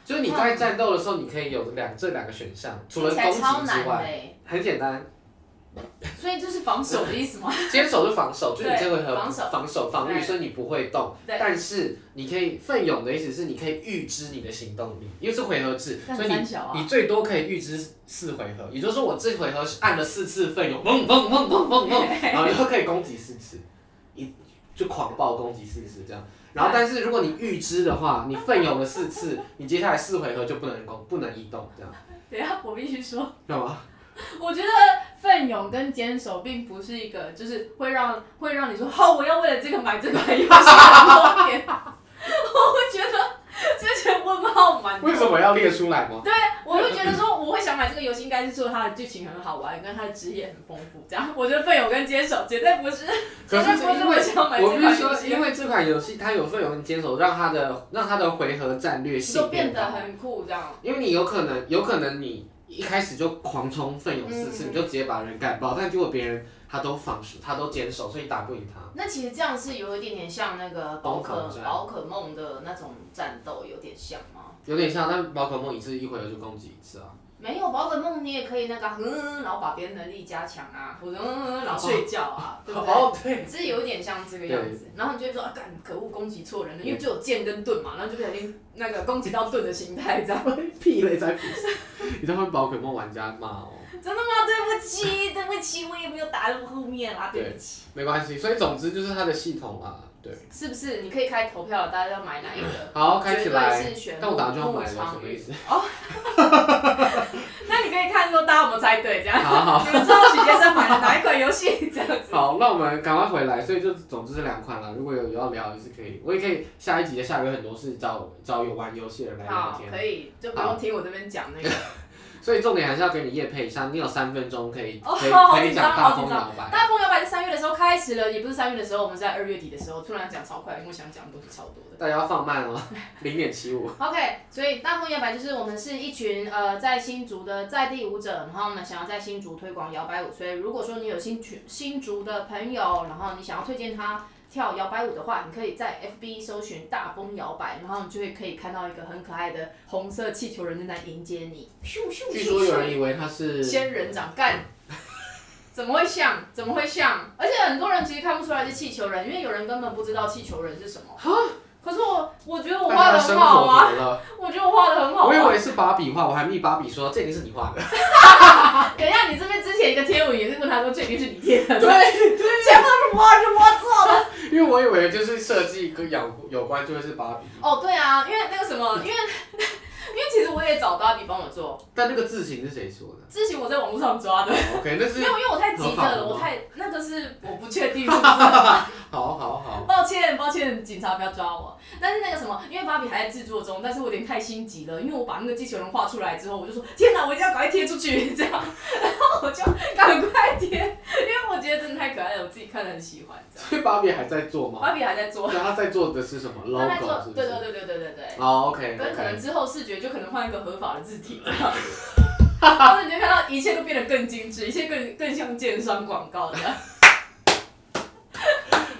Speaker 2: 就是你在战斗的时候，你可以有两这两个选项，除了
Speaker 1: 听起
Speaker 2: 攻
Speaker 1: 来
Speaker 2: 击
Speaker 1: 超难
Speaker 2: 之
Speaker 1: 的
Speaker 2: 外，
Speaker 1: 欸，
Speaker 2: 很简单，
Speaker 1: 所以就是防守的意思吗？
Speaker 2: 坚守是防守，就是你
Speaker 1: 对
Speaker 2: 这回合
Speaker 1: 防守
Speaker 2: 防守防御，
Speaker 1: 对
Speaker 2: 所以你不会动。
Speaker 1: 对
Speaker 2: 但是你可以奋勇的意思是你可以预知你的行动力，因为是回合制，
Speaker 1: 干
Speaker 2: 所以
Speaker 1: 三
Speaker 2: 你
Speaker 1: 小啊
Speaker 2: 你最多可以预知四回合，也就是说我这回合是按了四次奋勇，嗡嗡嗡嗡 嗡嗡，然后以后可以攻击四次，一就狂暴攻击四次这样。然后，但是如果你预知的话，你奋勇了四次，你接下来四回合就不能攻，不能移动，这样，
Speaker 1: 等一下啊我必须说，
Speaker 2: 知 道吗？
Speaker 1: 我觉得奋勇跟坚守并不是一个，就是会让会让你说好，我要为了这个买这款游戏来破点。 我会觉得之前问号蛮多
Speaker 2: 为什么要列出来吗？
Speaker 1: 我会觉得说，我会想买这个游戏，应该是说它的剧情很好玩，跟它的职业很丰富。这样，我觉得奋勇跟坚守绝对不是，
Speaker 2: 可
Speaker 1: 绝
Speaker 2: 是
Speaker 1: 对不是
Speaker 2: 因
Speaker 1: 我
Speaker 2: 为
Speaker 1: 想买这
Speaker 2: 我
Speaker 1: 款
Speaker 2: 必须
Speaker 1: 游
Speaker 2: 说，因
Speaker 1: 戏。
Speaker 2: 为这款游戏它有奋勇坚守，让它的让它的回合战略性
Speaker 1: 就变得
Speaker 2: 高，
Speaker 1: 很酷，这样
Speaker 2: 因为你有可能有可能你一开始就狂冲奋勇四次，
Speaker 1: 嗯
Speaker 2: 你就直接把人干爆，但结果别人他都防守，他都坚守，所以打不赢他。
Speaker 1: 那其实这样是有一点点像那个
Speaker 2: 宝可
Speaker 1: 宝可梦的那种战斗，有点像吗？
Speaker 2: 有点像，但宝可梦一次一回合就攻击一次啊。
Speaker 1: 没有宝可梦，你也可以那个啊，嗯，然后把别人能力加强啊，或者嗯，然后睡觉啊，对不对？
Speaker 2: 哦，对，
Speaker 1: 只是有点像这个样子，然后你就会说啊，干，可恶，攻击错人了，因为只有剑跟盾嘛，然后就不小心那个攻击到盾的形态， 这样。
Speaker 2: 屁嘞，在屁事，你在问宝可梦玩家骂哦。
Speaker 1: 真的吗？对不起， 对不起，我也没有打到后面啦，对不起。
Speaker 2: 没关系，所以总之就是它的系统啊，对。
Speaker 1: 是不是？你可以开投票了，大家要买哪一个？
Speaker 2: 好，开起
Speaker 1: 绝
Speaker 2: 来
Speaker 1: 对是选。
Speaker 2: 但我打算就要买了，
Speaker 1: 牧场
Speaker 2: 什么意思？
Speaker 1: 那你可以看说大家有没有猜对，这样。
Speaker 2: 好好。
Speaker 1: 你们知道许先生买了哪一款游戏？这样子。
Speaker 2: 好，那我们赶快回来。所以就总之这两款啦，如果有有要聊也是可以，我也可以下一集的下有很多是找找有玩游戏的人来聊
Speaker 1: 好，
Speaker 2: 天。
Speaker 1: 可以，就不
Speaker 2: 好
Speaker 1: 用听我这边讲那个。
Speaker 2: 所以重点还是要给你夜配一下，你有三分钟可以
Speaker 1: 哦
Speaker 2: 可以
Speaker 1: 好
Speaker 2: 可以
Speaker 1: 紧
Speaker 2: 讲
Speaker 1: 张
Speaker 2: 大
Speaker 1: 好
Speaker 2: 风
Speaker 1: 紧
Speaker 2: 摇
Speaker 1: 张
Speaker 2: 摆。
Speaker 1: 大风摇摆在三月的时候开始了，也不是三月的时候，我们是在二月底的时候突然讲超快，因为我想讲的东西超多的。
Speaker 2: 大家要放慢哦，零点七 五。
Speaker 1: OK，所以大风摇摆就是我们是一群呃在新竹的在地舞者，然后我们想要在新竹推广摇摆舞，所以如果说你有新竹新竹的朋友，然后你想要推荐他跳摇摆舞的话，你可以在 FB 搜寻大风摇摆，然后你就会可以看到一个很可爱的红色气球人正在迎接你，咻咻咻咻
Speaker 2: 据说有人以为他是
Speaker 1: 仙人掌干，怎么会像？怎么会像？而且很多人其实看不出来是气球人，因为有人根本不知道气球人是什么。可是我我觉得我
Speaker 2: 大
Speaker 1: 画
Speaker 2: 家
Speaker 1: 的
Speaker 2: 的生
Speaker 1: 很
Speaker 2: 活
Speaker 1: 好啊，
Speaker 2: 怎么了？
Speaker 1: 我觉得我画的 很好
Speaker 2: 我以
Speaker 1: 啊。
Speaker 2: 为是芭比画，我还密芭比说这一定是你画的。
Speaker 1: 等一下，你这边之前一个贴文也是问他说这一定是你贴的，
Speaker 2: 对
Speaker 1: 对，全部都是我是我做的。
Speaker 2: 因为我以为就是设计跟有有关就会是芭比，
Speaker 1: 哦，对啊，因为那个什么，因为 因为其实我也找芭比帮我做，
Speaker 2: 但那个字形是谁说的哦
Speaker 1: 之前我在网络上抓的。
Speaker 2: ？OK，那
Speaker 1: 没
Speaker 2: 是
Speaker 1: 有，因为我太急着了，
Speaker 2: 合法的吗
Speaker 1: 我太那个是我不确定是不是
Speaker 2: 好好好，
Speaker 1: 抱歉，抱歉，警察不要抓我。但是那个什么，因为芭比还在制作中，但是我有点太心急了，因为我把那个机器人画出来之后，我就说天哪，我一定要赶快贴出去，这样，然后我就赶快贴，因为我觉得真的太可爱了，我自己看了很喜欢。这样
Speaker 2: 所以芭比还在 做吗？
Speaker 1: 芭比还在做，
Speaker 2: 那他在做的是什么
Speaker 1: 她在
Speaker 2: ？logo
Speaker 1: 做
Speaker 2: 是，不
Speaker 1: 对
Speaker 2: 是
Speaker 1: 对？对对对对对。
Speaker 2: 哦，OK，
Speaker 1: 跟可能
Speaker 2: OK，
Speaker 1: 之后视觉就可能换一个合法的字体，这样然后你就看到一切都变得更精致，一切更更像电商广告这样。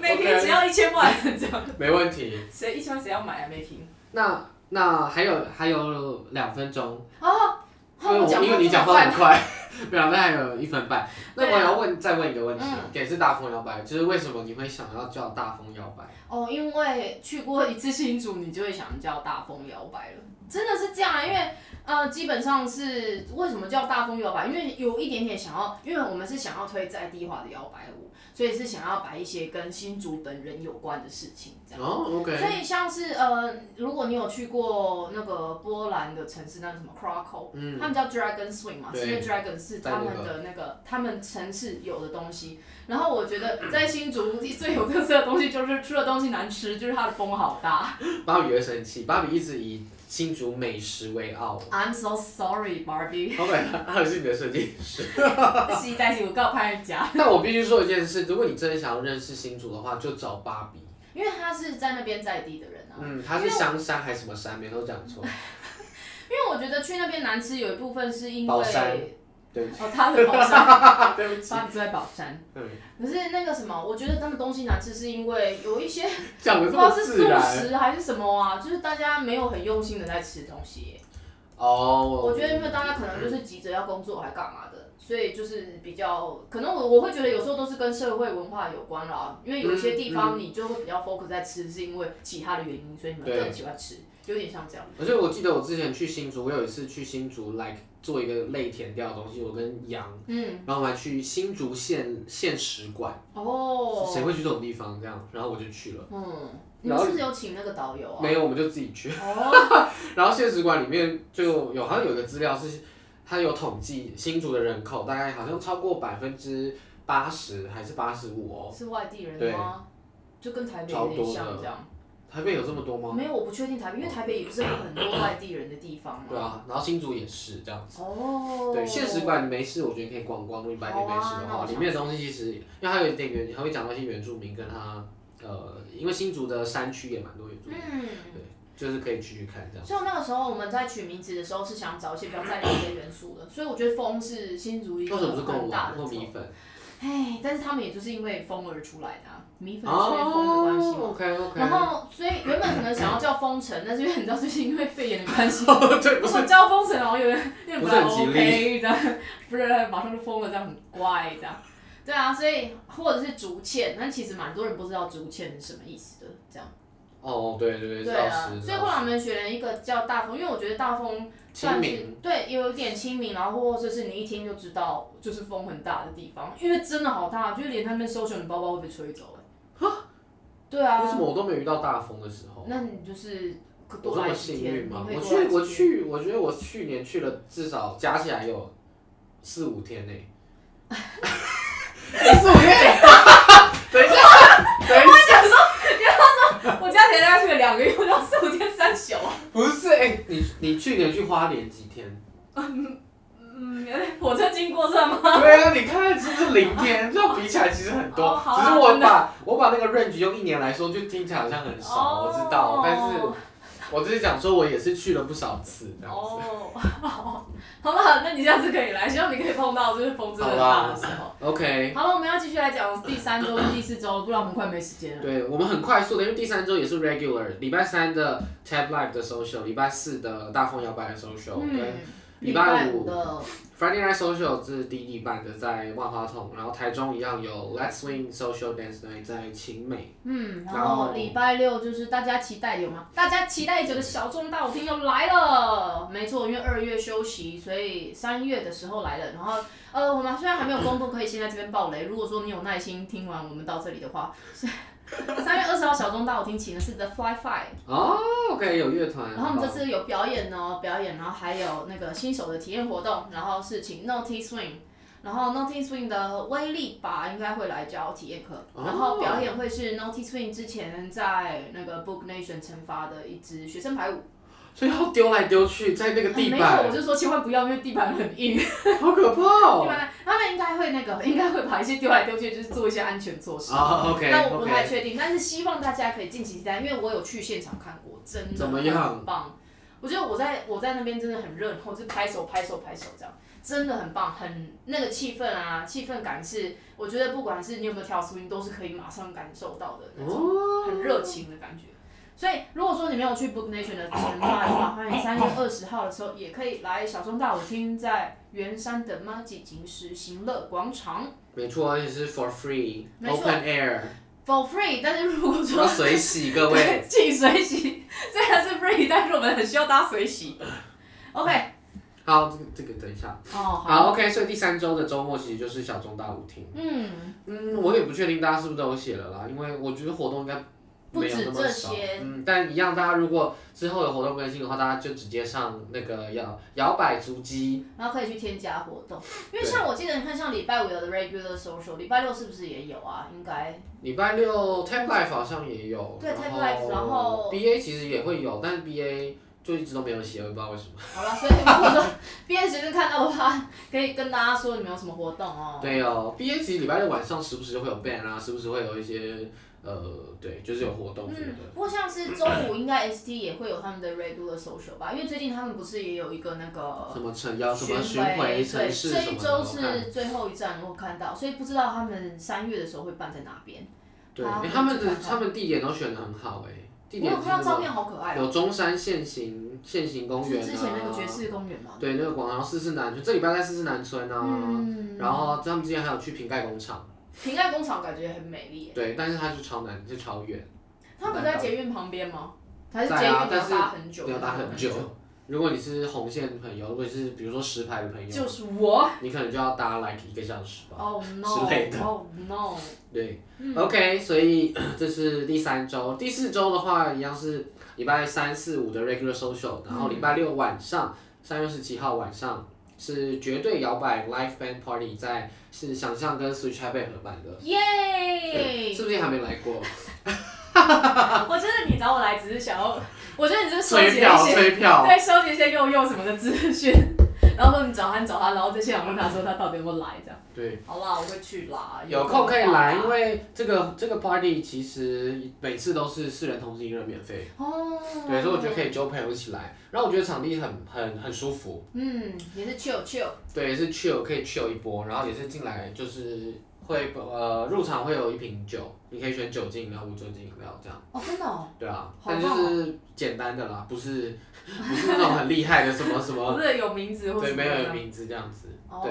Speaker 1: 每瓶
Speaker 2: OK
Speaker 1: 只要一千万这样，
Speaker 2: 没问题。
Speaker 1: 谁一千万谁要买啊？每瓶。
Speaker 2: 那那还有还有两分钟，
Speaker 1: 啊，
Speaker 2: 因为我
Speaker 1: 讲话
Speaker 2: 因为你
Speaker 1: 这么
Speaker 2: 讲话
Speaker 1: 快
Speaker 2: 很快， 没有，那还有一分半。那
Speaker 1: 对
Speaker 2: 我
Speaker 1: 啊
Speaker 2: 要问再问一个问题
Speaker 1: 嗯，
Speaker 2: 也是大风摇摆，就是为什么你会想要叫大风摇摆？
Speaker 1: 哦，因为去过一次新竹，你就会想叫大风摇摆了，真的是这样啊，因为呃，基本上是为什么叫大风摇摆？因为有一点点想要，因为我们是想要推在地化的摇摆舞，所以是想要把一些跟新竹本人有关的事情这样。
Speaker 2: 哦
Speaker 1: 所
Speaker 2: ，OK，
Speaker 1: 以像是呃，如果你有去过那个波兰的城市，那个什么 Krakow，、
Speaker 2: 嗯
Speaker 1: 他们叫 Dragon Swing 嘛，
Speaker 2: 对
Speaker 1: 是因为 Dragon 是
Speaker 2: 在
Speaker 1: 他
Speaker 2: 那
Speaker 1: 们
Speaker 2: 个
Speaker 1: 的那个他们城市有的东西。然后我觉得在新竹最有特色的东西就是除了东西难吃，就是它的风好大。
Speaker 2: 芭比会生气，芭比一直以新竹美食为傲。
Speaker 1: I'm so sorry, Barbie。
Speaker 2: OK，他是你的设计 师。
Speaker 1: 西在一起，我告拍人家，
Speaker 2: 但我必须说一件事，如果你真的想要认识新竹的话，就找芭比。
Speaker 1: 因为他是在那边在地的人啊。
Speaker 2: 嗯，他是香山还是什么山？没都讲 错。
Speaker 1: 因为我觉得去那边难吃有一部分是因为
Speaker 2: 宝山对不起，
Speaker 1: 哦，他的宝山，
Speaker 2: 对不起。
Speaker 1: 芭比住在宝山。
Speaker 2: 嗯，
Speaker 1: 可是那个什么，我觉得他们东西难吃是因为有一些
Speaker 2: 讲
Speaker 1: 不
Speaker 2: 的
Speaker 1: 知
Speaker 2: 这
Speaker 1: 道
Speaker 2: 么
Speaker 1: 是
Speaker 2: 自
Speaker 1: 素
Speaker 2: 然。
Speaker 1: 食还是什么啊，就是大家没有很用心的在吃东西耶。
Speaker 2: 哦，
Speaker 1: 我觉得因为大家可能就是急着要工作还干嘛的，所以就是比较可能我我会觉得有时候都是跟社会文化有关啦，因为有一
Speaker 2: 嗯
Speaker 1: 些地方你就会比较 focus 在吃，是因为其他的原因，所以你们
Speaker 2: 对
Speaker 1: 更喜欢吃，有点像这样。
Speaker 2: 而且我记得我之前去新竹，我有一次去新竹来做一个类填调的东西，我跟杨，
Speaker 1: 嗯，
Speaker 2: 然后我们还去新竹县县史馆，谁
Speaker 1: 哦，
Speaker 2: 会去这种地方这样？然后我就去了，
Speaker 1: 嗯，你们是不是有请那个导游啊？
Speaker 2: 没有我们就自己去。
Speaker 1: 哦，
Speaker 2: 然后县史馆里面就有好像有一个资料是，它有统计新竹的人口，大概好像超过百分之八十还是八十五 哦。
Speaker 1: 是外地人
Speaker 2: 对
Speaker 1: 吗？就跟台北有点像这样。
Speaker 2: 台北有这么多吗？
Speaker 1: 没有，我不确定台北，因为台北也不是有很多外地人的地方
Speaker 2: 对
Speaker 1: 嘛。
Speaker 2: 啊，然后新竹也是这样。
Speaker 1: 哦，
Speaker 2: 对，县史馆你没事，我觉得可以逛逛。如果你白天没事的
Speaker 1: 好
Speaker 2: 话，
Speaker 1: 啊那我想
Speaker 2: 里面的东西其实，因为它有一点原，还会讲到一些原住民跟它，呃，因为新竹的山区也蛮多原住民，
Speaker 1: 嗯。
Speaker 2: 就是可以去去看这样。
Speaker 1: 所以那个时候我们在取名字的时候是想找一些比较在地的元素的，所以我觉得风是新竹一
Speaker 2: 为
Speaker 1: 个
Speaker 2: 什么是啊贡
Speaker 1: 很大
Speaker 2: 丸
Speaker 1: 的
Speaker 2: 或米
Speaker 1: 种。
Speaker 2: 粉？
Speaker 1: 哎，但是他们也就是因为风而出来的、啊，米粉是因为风的关系
Speaker 2: 哦
Speaker 1: 嘛。
Speaker 2: ，OK OK。
Speaker 1: 然后，所以原本可能想要叫风城，但是因为你知道最近因为肺炎的关系，
Speaker 2: 对，
Speaker 1: 如
Speaker 2: 不是
Speaker 1: 果叫风城好像有点有点
Speaker 2: 不是
Speaker 1: 太
Speaker 2: 很吉
Speaker 1: OK 的，嗯不是马上就封了，这样很怪这样。对啊，所以或者是竹签，但其实蛮多人不知道竹签是什么意思的，这样。
Speaker 2: 哦，对对
Speaker 1: 对
Speaker 2: 老
Speaker 1: 啊
Speaker 2: 师，，
Speaker 1: 所以后来我们选了一个叫大风，因为我觉得大风
Speaker 2: 清
Speaker 1: 算是
Speaker 2: 明，
Speaker 1: 对，有一点亲民，然后或者是你一听就知道，就是风很大的地方，因为真的好大，就是连他们搜寻的包包会被吹走哎、对
Speaker 2: 为什
Speaker 1: 啊，
Speaker 2: 么我都没有遇到大风的时候？
Speaker 1: 那你就是可
Speaker 2: 我
Speaker 1: 多
Speaker 2: 这
Speaker 1: 来
Speaker 2: 么
Speaker 1: 几
Speaker 2: 幸
Speaker 1: 天，
Speaker 2: 运吗？
Speaker 1: 你
Speaker 2: 我
Speaker 1: 可以多来几
Speaker 2: 去，我
Speaker 1: 天，
Speaker 2: 去，我觉得我去年去了至少加起来有四五天呢、 四五天，等一下，等一下，
Speaker 1: 我家姐大概去了两个月，我到四五天三宿啊，
Speaker 2: 不是哎、你你去年去花莲几 天？
Speaker 1: 嗯，火车经过算吗？
Speaker 2: 对啊，你看是不是零天？这样比起来其实很多，
Speaker 1: 哦好啊
Speaker 2: 只是我把我把那个 range 用一年来说，就听起来好像很少，
Speaker 1: 哦
Speaker 2: 我知道，但是我只是想说，我也是去了不少次这样子。
Speaker 1: 哦，好，好了，那你下次可以来，希望你可以碰到就是风真的大的时候。
Speaker 2: OK，
Speaker 1: 好了，我们要继续来讲第三周、第四周了，不然我们快没时间了。
Speaker 2: 对我们很快速的，因为第三周也是 regular，礼拜三的 Tab Live 的 social，礼拜四的大风摇摆的 social，、跟
Speaker 1: 嗯，
Speaker 2: 礼
Speaker 1: 礼
Speaker 2: 拜
Speaker 1: 拜
Speaker 2: 五
Speaker 1: 五的
Speaker 2: Friday Night Social 是第一版的在万花筒，然后台中一样有 Let's Swing Social Dance Night 在晴美，
Speaker 1: 嗯，
Speaker 2: 然
Speaker 1: 然
Speaker 2: 后
Speaker 1: 后礼拜六就是大家期待有吗？大家期待已久的小众大舞厅又来了，没错，因为二月休息，所以三月的时候来了。然后呃，我们虽然还没有公布，可以先在这边爆雷。如果说你有耐心听完我们到这里的话，是三月二十号小众大舞厅请的是 The Fly Five，
Speaker 2: 哦，OK 有乐团，
Speaker 1: 然后我们这
Speaker 2: 好
Speaker 1: 次有表演哦，表演，然后还有那个新手的体验活动，然后是请 Naughty Swing，然后 Naughty Swing 的威力吧应该会来教体验课，
Speaker 2: 哦
Speaker 1: 然后表演会是 Naughty Swing 之前在那个 Book Nation 惩罚的一支学生排舞，哎
Speaker 2: 所以要丢来丢去在那个地
Speaker 1: 没错，我
Speaker 2: 板，
Speaker 1: 就说千万不要，因为地板很硬，
Speaker 2: 好可
Speaker 1: 地
Speaker 2: 怕哦！
Speaker 1: 板他们应该会那个应该会把一些丢来丢去，就是做一些安全措施。
Speaker 2: 啊，OK，
Speaker 1: 但我不太
Speaker 2: OK，
Speaker 1: 确定，但是希望大家可以敬请期待，因为我有去现场看过，真的
Speaker 2: 怎么样
Speaker 1: 很棒。我觉得我在我在那边真的很热，我就拍手拍手拍手这样，真的很棒，很那个气氛啊，气氛感是我觉得不管是你有没有跳 swing，都是可以马上感受到的那种
Speaker 2: 哦
Speaker 1: 很热情的感觉。所以如果说你没有去 Book Nation 的惩罚的话，欢迎三月二十号的时候也可以来小中大舞厅，在圆山的 Magic 金石行乐广场
Speaker 2: 没错，而且是 for
Speaker 1: 没错
Speaker 2: free，open air，
Speaker 1: for free。但是如果说
Speaker 2: 要水洗 各位。
Speaker 1: 对，请水洗，虽然是 free，但是我们很需要大家水洗。OK，
Speaker 2: 好，这个这个等一下。
Speaker 1: 哦，
Speaker 2: 好，OK，所以第三周的周末其实就是小众大舞厅。
Speaker 1: 嗯，
Speaker 2: 嗯，我也不确定大家是不是都有写了啦，因为我觉得活动应该没有
Speaker 1: 不
Speaker 2: 那
Speaker 1: 止
Speaker 2: 么
Speaker 1: 这
Speaker 2: 少
Speaker 1: 些。
Speaker 2: 嗯，但一样，大家如果之后有活动更新的话，大家就直接上那个摇摇摆足迹。
Speaker 1: 嗯然后可以去添加活动，因为
Speaker 2: 对
Speaker 1: 像我记得，你看像礼拜五有的 regular social，礼拜六是不是也有啊？应该
Speaker 2: 礼拜六 Tap Life 好像也有，
Speaker 1: 对
Speaker 2: 然
Speaker 1: Tap Life，然后
Speaker 2: BA 其实也会有，但是 BA 就一直都没有写，我也不知道为什么。
Speaker 1: 好了，所以如果 说毕业学生看到的话，可以跟大家说你们有什么活动哦。
Speaker 2: 对哦，毕业其实礼拜六晚上时不时会有 band 啊，时不时会有一些呃，对，就是有活动什
Speaker 1: 嗯
Speaker 2: 么的。，
Speaker 1: 不过像是周五应该 ST 也会有他们的 regular social 吧，因为最近他们不是也有一个那个
Speaker 2: 什么城要什么巡
Speaker 1: 回，
Speaker 2: 回城
Speaker 1: 对，
Speaker 2: 市
Speaker 1: 这一
Speaker 2: 什么的，
Speaker 1: 周
Speaker 2: 我看
Speaker 1: 是最后一站，我看到，所以不知道他们三月的时候会办在哪边。
Speaker 2: 对，
Speaker 1: 啊
Speaker 2: 诶他们
Speaker 1: 我
Speaker 2: 的
Speaker 1: 去看看
Speaker 2: 他们地点都选的很好哎、地
Speaker 1: 我
Speaker 2: 点
Speaker 1: 有看到
Speaker 2: 是什
Speaker 1: 照
Speaker 2: 么
Speaker 1: 片，好可爱哦、
Speaker 2: 有中山现行现行公
Speaker 1: 是
Speaker 2: 园啊，
Speaker 1: 之前那个爵士公园嘛。
Speaker 2: 对那个广场四四南村，这礼拜在四四南村啊，
Speaker 1: 嗯
Speaker 2: 然后他们之前还有去瓶盖工厂，
Speaker 1: 瓶盖工厂感觉很美丽耶，
Speaker 2: 对，但是它就超难，就超远，
Speaker 1: 它不是在捷运旁边吗？还是捷
Speaker 2: 在
Speaker 1: 运
Speaker 2: 啊，
Speaker 1: 你
Speaker 2: 但
Speaker 1: 要
Speaker 2: 是
Speaker 1: 搭很久？
Speaker 2: 要搭很久。 如果你是红线的朋友，如果你是比如说石牌的朋友，
Speaker 1: 就是我
Speaker 2: 你可能就要搭 like 一个小时吧。
Speaker 1: ，Oh
Speaker 2: 之类
Speaker 1: no，Oh no，
Speaker 2: 对、o
Speaker 1: 嗯
Speaker 2: k 所以 这是第三周，第四周的话一样是礼拜三四五的 regular social，然后礼拜六晚上三月十七号晚上是绝对摇摆 live band party，在是想象跟 Switch Happy 合办的。对
Speaker 1: 耶！
Speaker 2: 是不是还没来过？
Speaker 1: 我觉得你找我来只是想要，我觉得你就是收
Speaker 2: 催
Speaker 1: 集
Speaker 2: 票，
Speaker 1: 了一些，
Speaker 2: 催票。
Speaker 1: 对，收集一些幼幼什么的资讯，然后说你找他，你找他，然后在现场问他说他到底有没有来这样。
Speaker 2: 对，
Speaker 1: 好啦，我会去啦，
Speaker 2: 有空可以来，因
Speaker 1: 空的话
Speaker 2: 为这个这个 party 其实每次都是四人同行一人免费，
Speaker 1: 哦，
Speaker 2: 对，所以我觉得可以揪朋友一起来。然后我觉得场地很很很舒服，
Speaker 1: 嗯，也是 chill chill，
Speaker 2: 对，是 chill 可以 chill 一波，然后也是进来就是会呃入场会有一瓶酒，你可以选酒精饮料、无酒精饮料这样，
Speaker 1: 哦，真的哦，
Speaker 2: 对啊，
Speaker 1: 好
Speaker 2: 但就是简单的啦，不是不是那种很厉害的什么什么，
Speaker 1: 不是有 名字或者
Speaker 2: 对，
Speaker 1: 什么
Speaker 2: 没有
Speaker 1: 的
Speaker 2: 有。名字这样子，
Speaker 1: 哦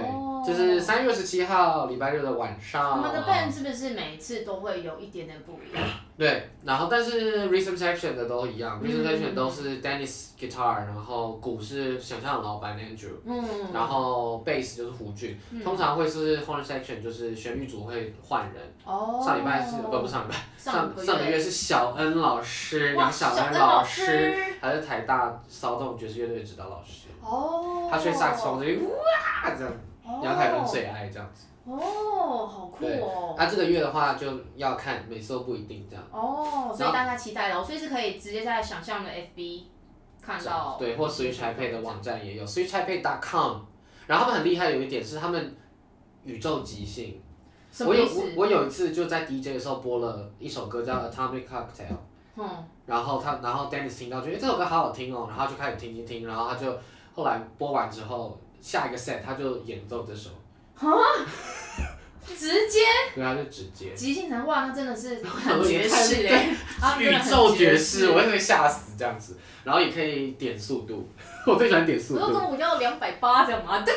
Speaker 2: 对，就是三月十七号礼拜六的晚
Speaker 1: 我
Speaker 2: 上
Speaker 1: 们，的 band 是不是每次都会有一点点不一样？
Speaker 2: 对，然后但是 rhythm section 的都一样
Speaker 1: 嗯
Speaker 2: ，rhythm section 都是 Dennis guitar，然后鼓是想象的老板 Andrew。
Speaker 1: 嗯，
Speaker 2: 然后贝斯就是胡俊，通常会是 horn section，就是旋律组会换人。
Speaker 1: 哦，
Speaker 2: 上礼拜是呃不不上礼拜
Speaker 1: 上
Speaker 2: 上上个月是小恩老师，
Speaker 1: 哇
Speaker 2: 杨小
Speaker 1: 小
Speaker 2: 恩
Speaker 1: 恩老
Speaker 2: 师，还是台大骚动爵士乐队指导老师，
Speaker 1: 哦，
Speaker 2: 他吹萨克斯风，这边哇这样，杨凯跟最爱这样子。
Speaker 1: 哦，好酷
Speaker 2: 对
Speaker 1: 哦。
Speaker 2: 他这个月的话就要看，每次都不一定这样。
Speaker 1: 哦，所以大家期待了，所以是可以直接在想象的 FB 看到，
Speaker 2: 对，或 Switch iPad 的网站也有 Switch iPad.com，然后他们很厉害，有一点是他们宇宙即兴。
Speaker 1: 什
Speaker 2: 我
Speaker 1: 么
Speaker 2: 有
Speaker 1: 意
Speaker 2: 我
Speaker 1: 思？
Speaker 2: 我有一次就在 DJ 的时候播了一首歌叫 Atomic Cocktail，
Speaker 1: 嗯，
Speaker 2: 然后他然后 Dennis 听到觉得、诶这首歌好好听哦，然后就开始听听听，然后他就后来播完之后，下一个 set 他就演奏这首，
Speaker 1: 直接
Speaker 2: 对，他就直接
Speaker 1: 即兴成哇，那真的是很
Speaker 2: 我也
Speaker 1: 爵士
Speaker 2: 太
Speaker 1: 哎，他们真
Speaker 2: 宇
Speaker 1: 的很
Speaker 2: 宙爵
Speaker 1: 士
Speaker 2: 士，我。会被吓死这样子，然后也可以点速度， 我最喜欢点速
Speaker 1: 我
Speaker 2: 度
Speaker 1: 都，跟我要两百八这样嘛，对，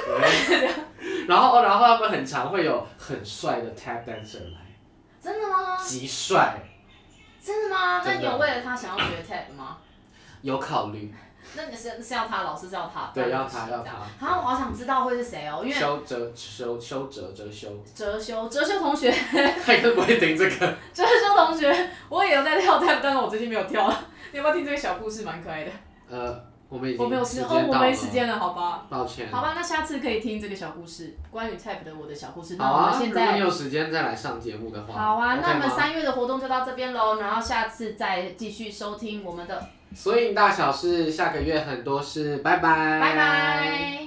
Speaker 2: 然后哦然后他们很常会有很帅的 tap dancer 来，
Speaker 1: 真的吗？
Speaker 2: 极帅，
Speaker 1: 真的吗？那
Speaker 2: 真
Speaker 1: 你
Speaker 2: 的
Speaker 1: 有为了他想要学 TED 吗？
Speaker 2: 有考虑，
Speaker 1: 那你是是要他，老师是要他，
Speaker 2: 对，要
Speaker 1: 他
Speaker 2: 他要。他，
Speaker 1: 啊，我好想知道会是谁哦，因为
Speaker 2: 修哲修修哲哲修。
Speaker 1: 哲修哲修同学，
Speaker 2: 他应该不会听这个。
Speaker 1: 哲修同学，我也有在跳 tap，但是我最近没有跳了。 你要不要听这个小故事？蛮可爱的。
Speaker 2: 呃，我们已经
Speaker 1: 我没有时间，
Speaker 2: 间到
Speaker 1: 哦，我没
Speaker 2: 了嗯
Speaker 1: 时，间了，好吧。
Speaker 2: 抱歉。
Speaker 1: 好吧，那下次可以听这个小故事，关于 tap 的我的小故事。
Speaker 2: 好
Speaker 1: 那我
Speaker 2: 啊，
Speaker 1: 们现
Speaker 2: 如果
Speaker 1: 在
Speaker 2: 你有时间再来上节目的话，
Speaker 1: 好啊，
Speaker 2: OK
Speaker 1: 那我们
Speaker 2: 吗
Speaker 1: 三月的活动就到这边喽，然后下次再继续收听我们的，
Speaker 2: 所以大小是下个月很多是，拜拜，
Speaker 1: 拜拜。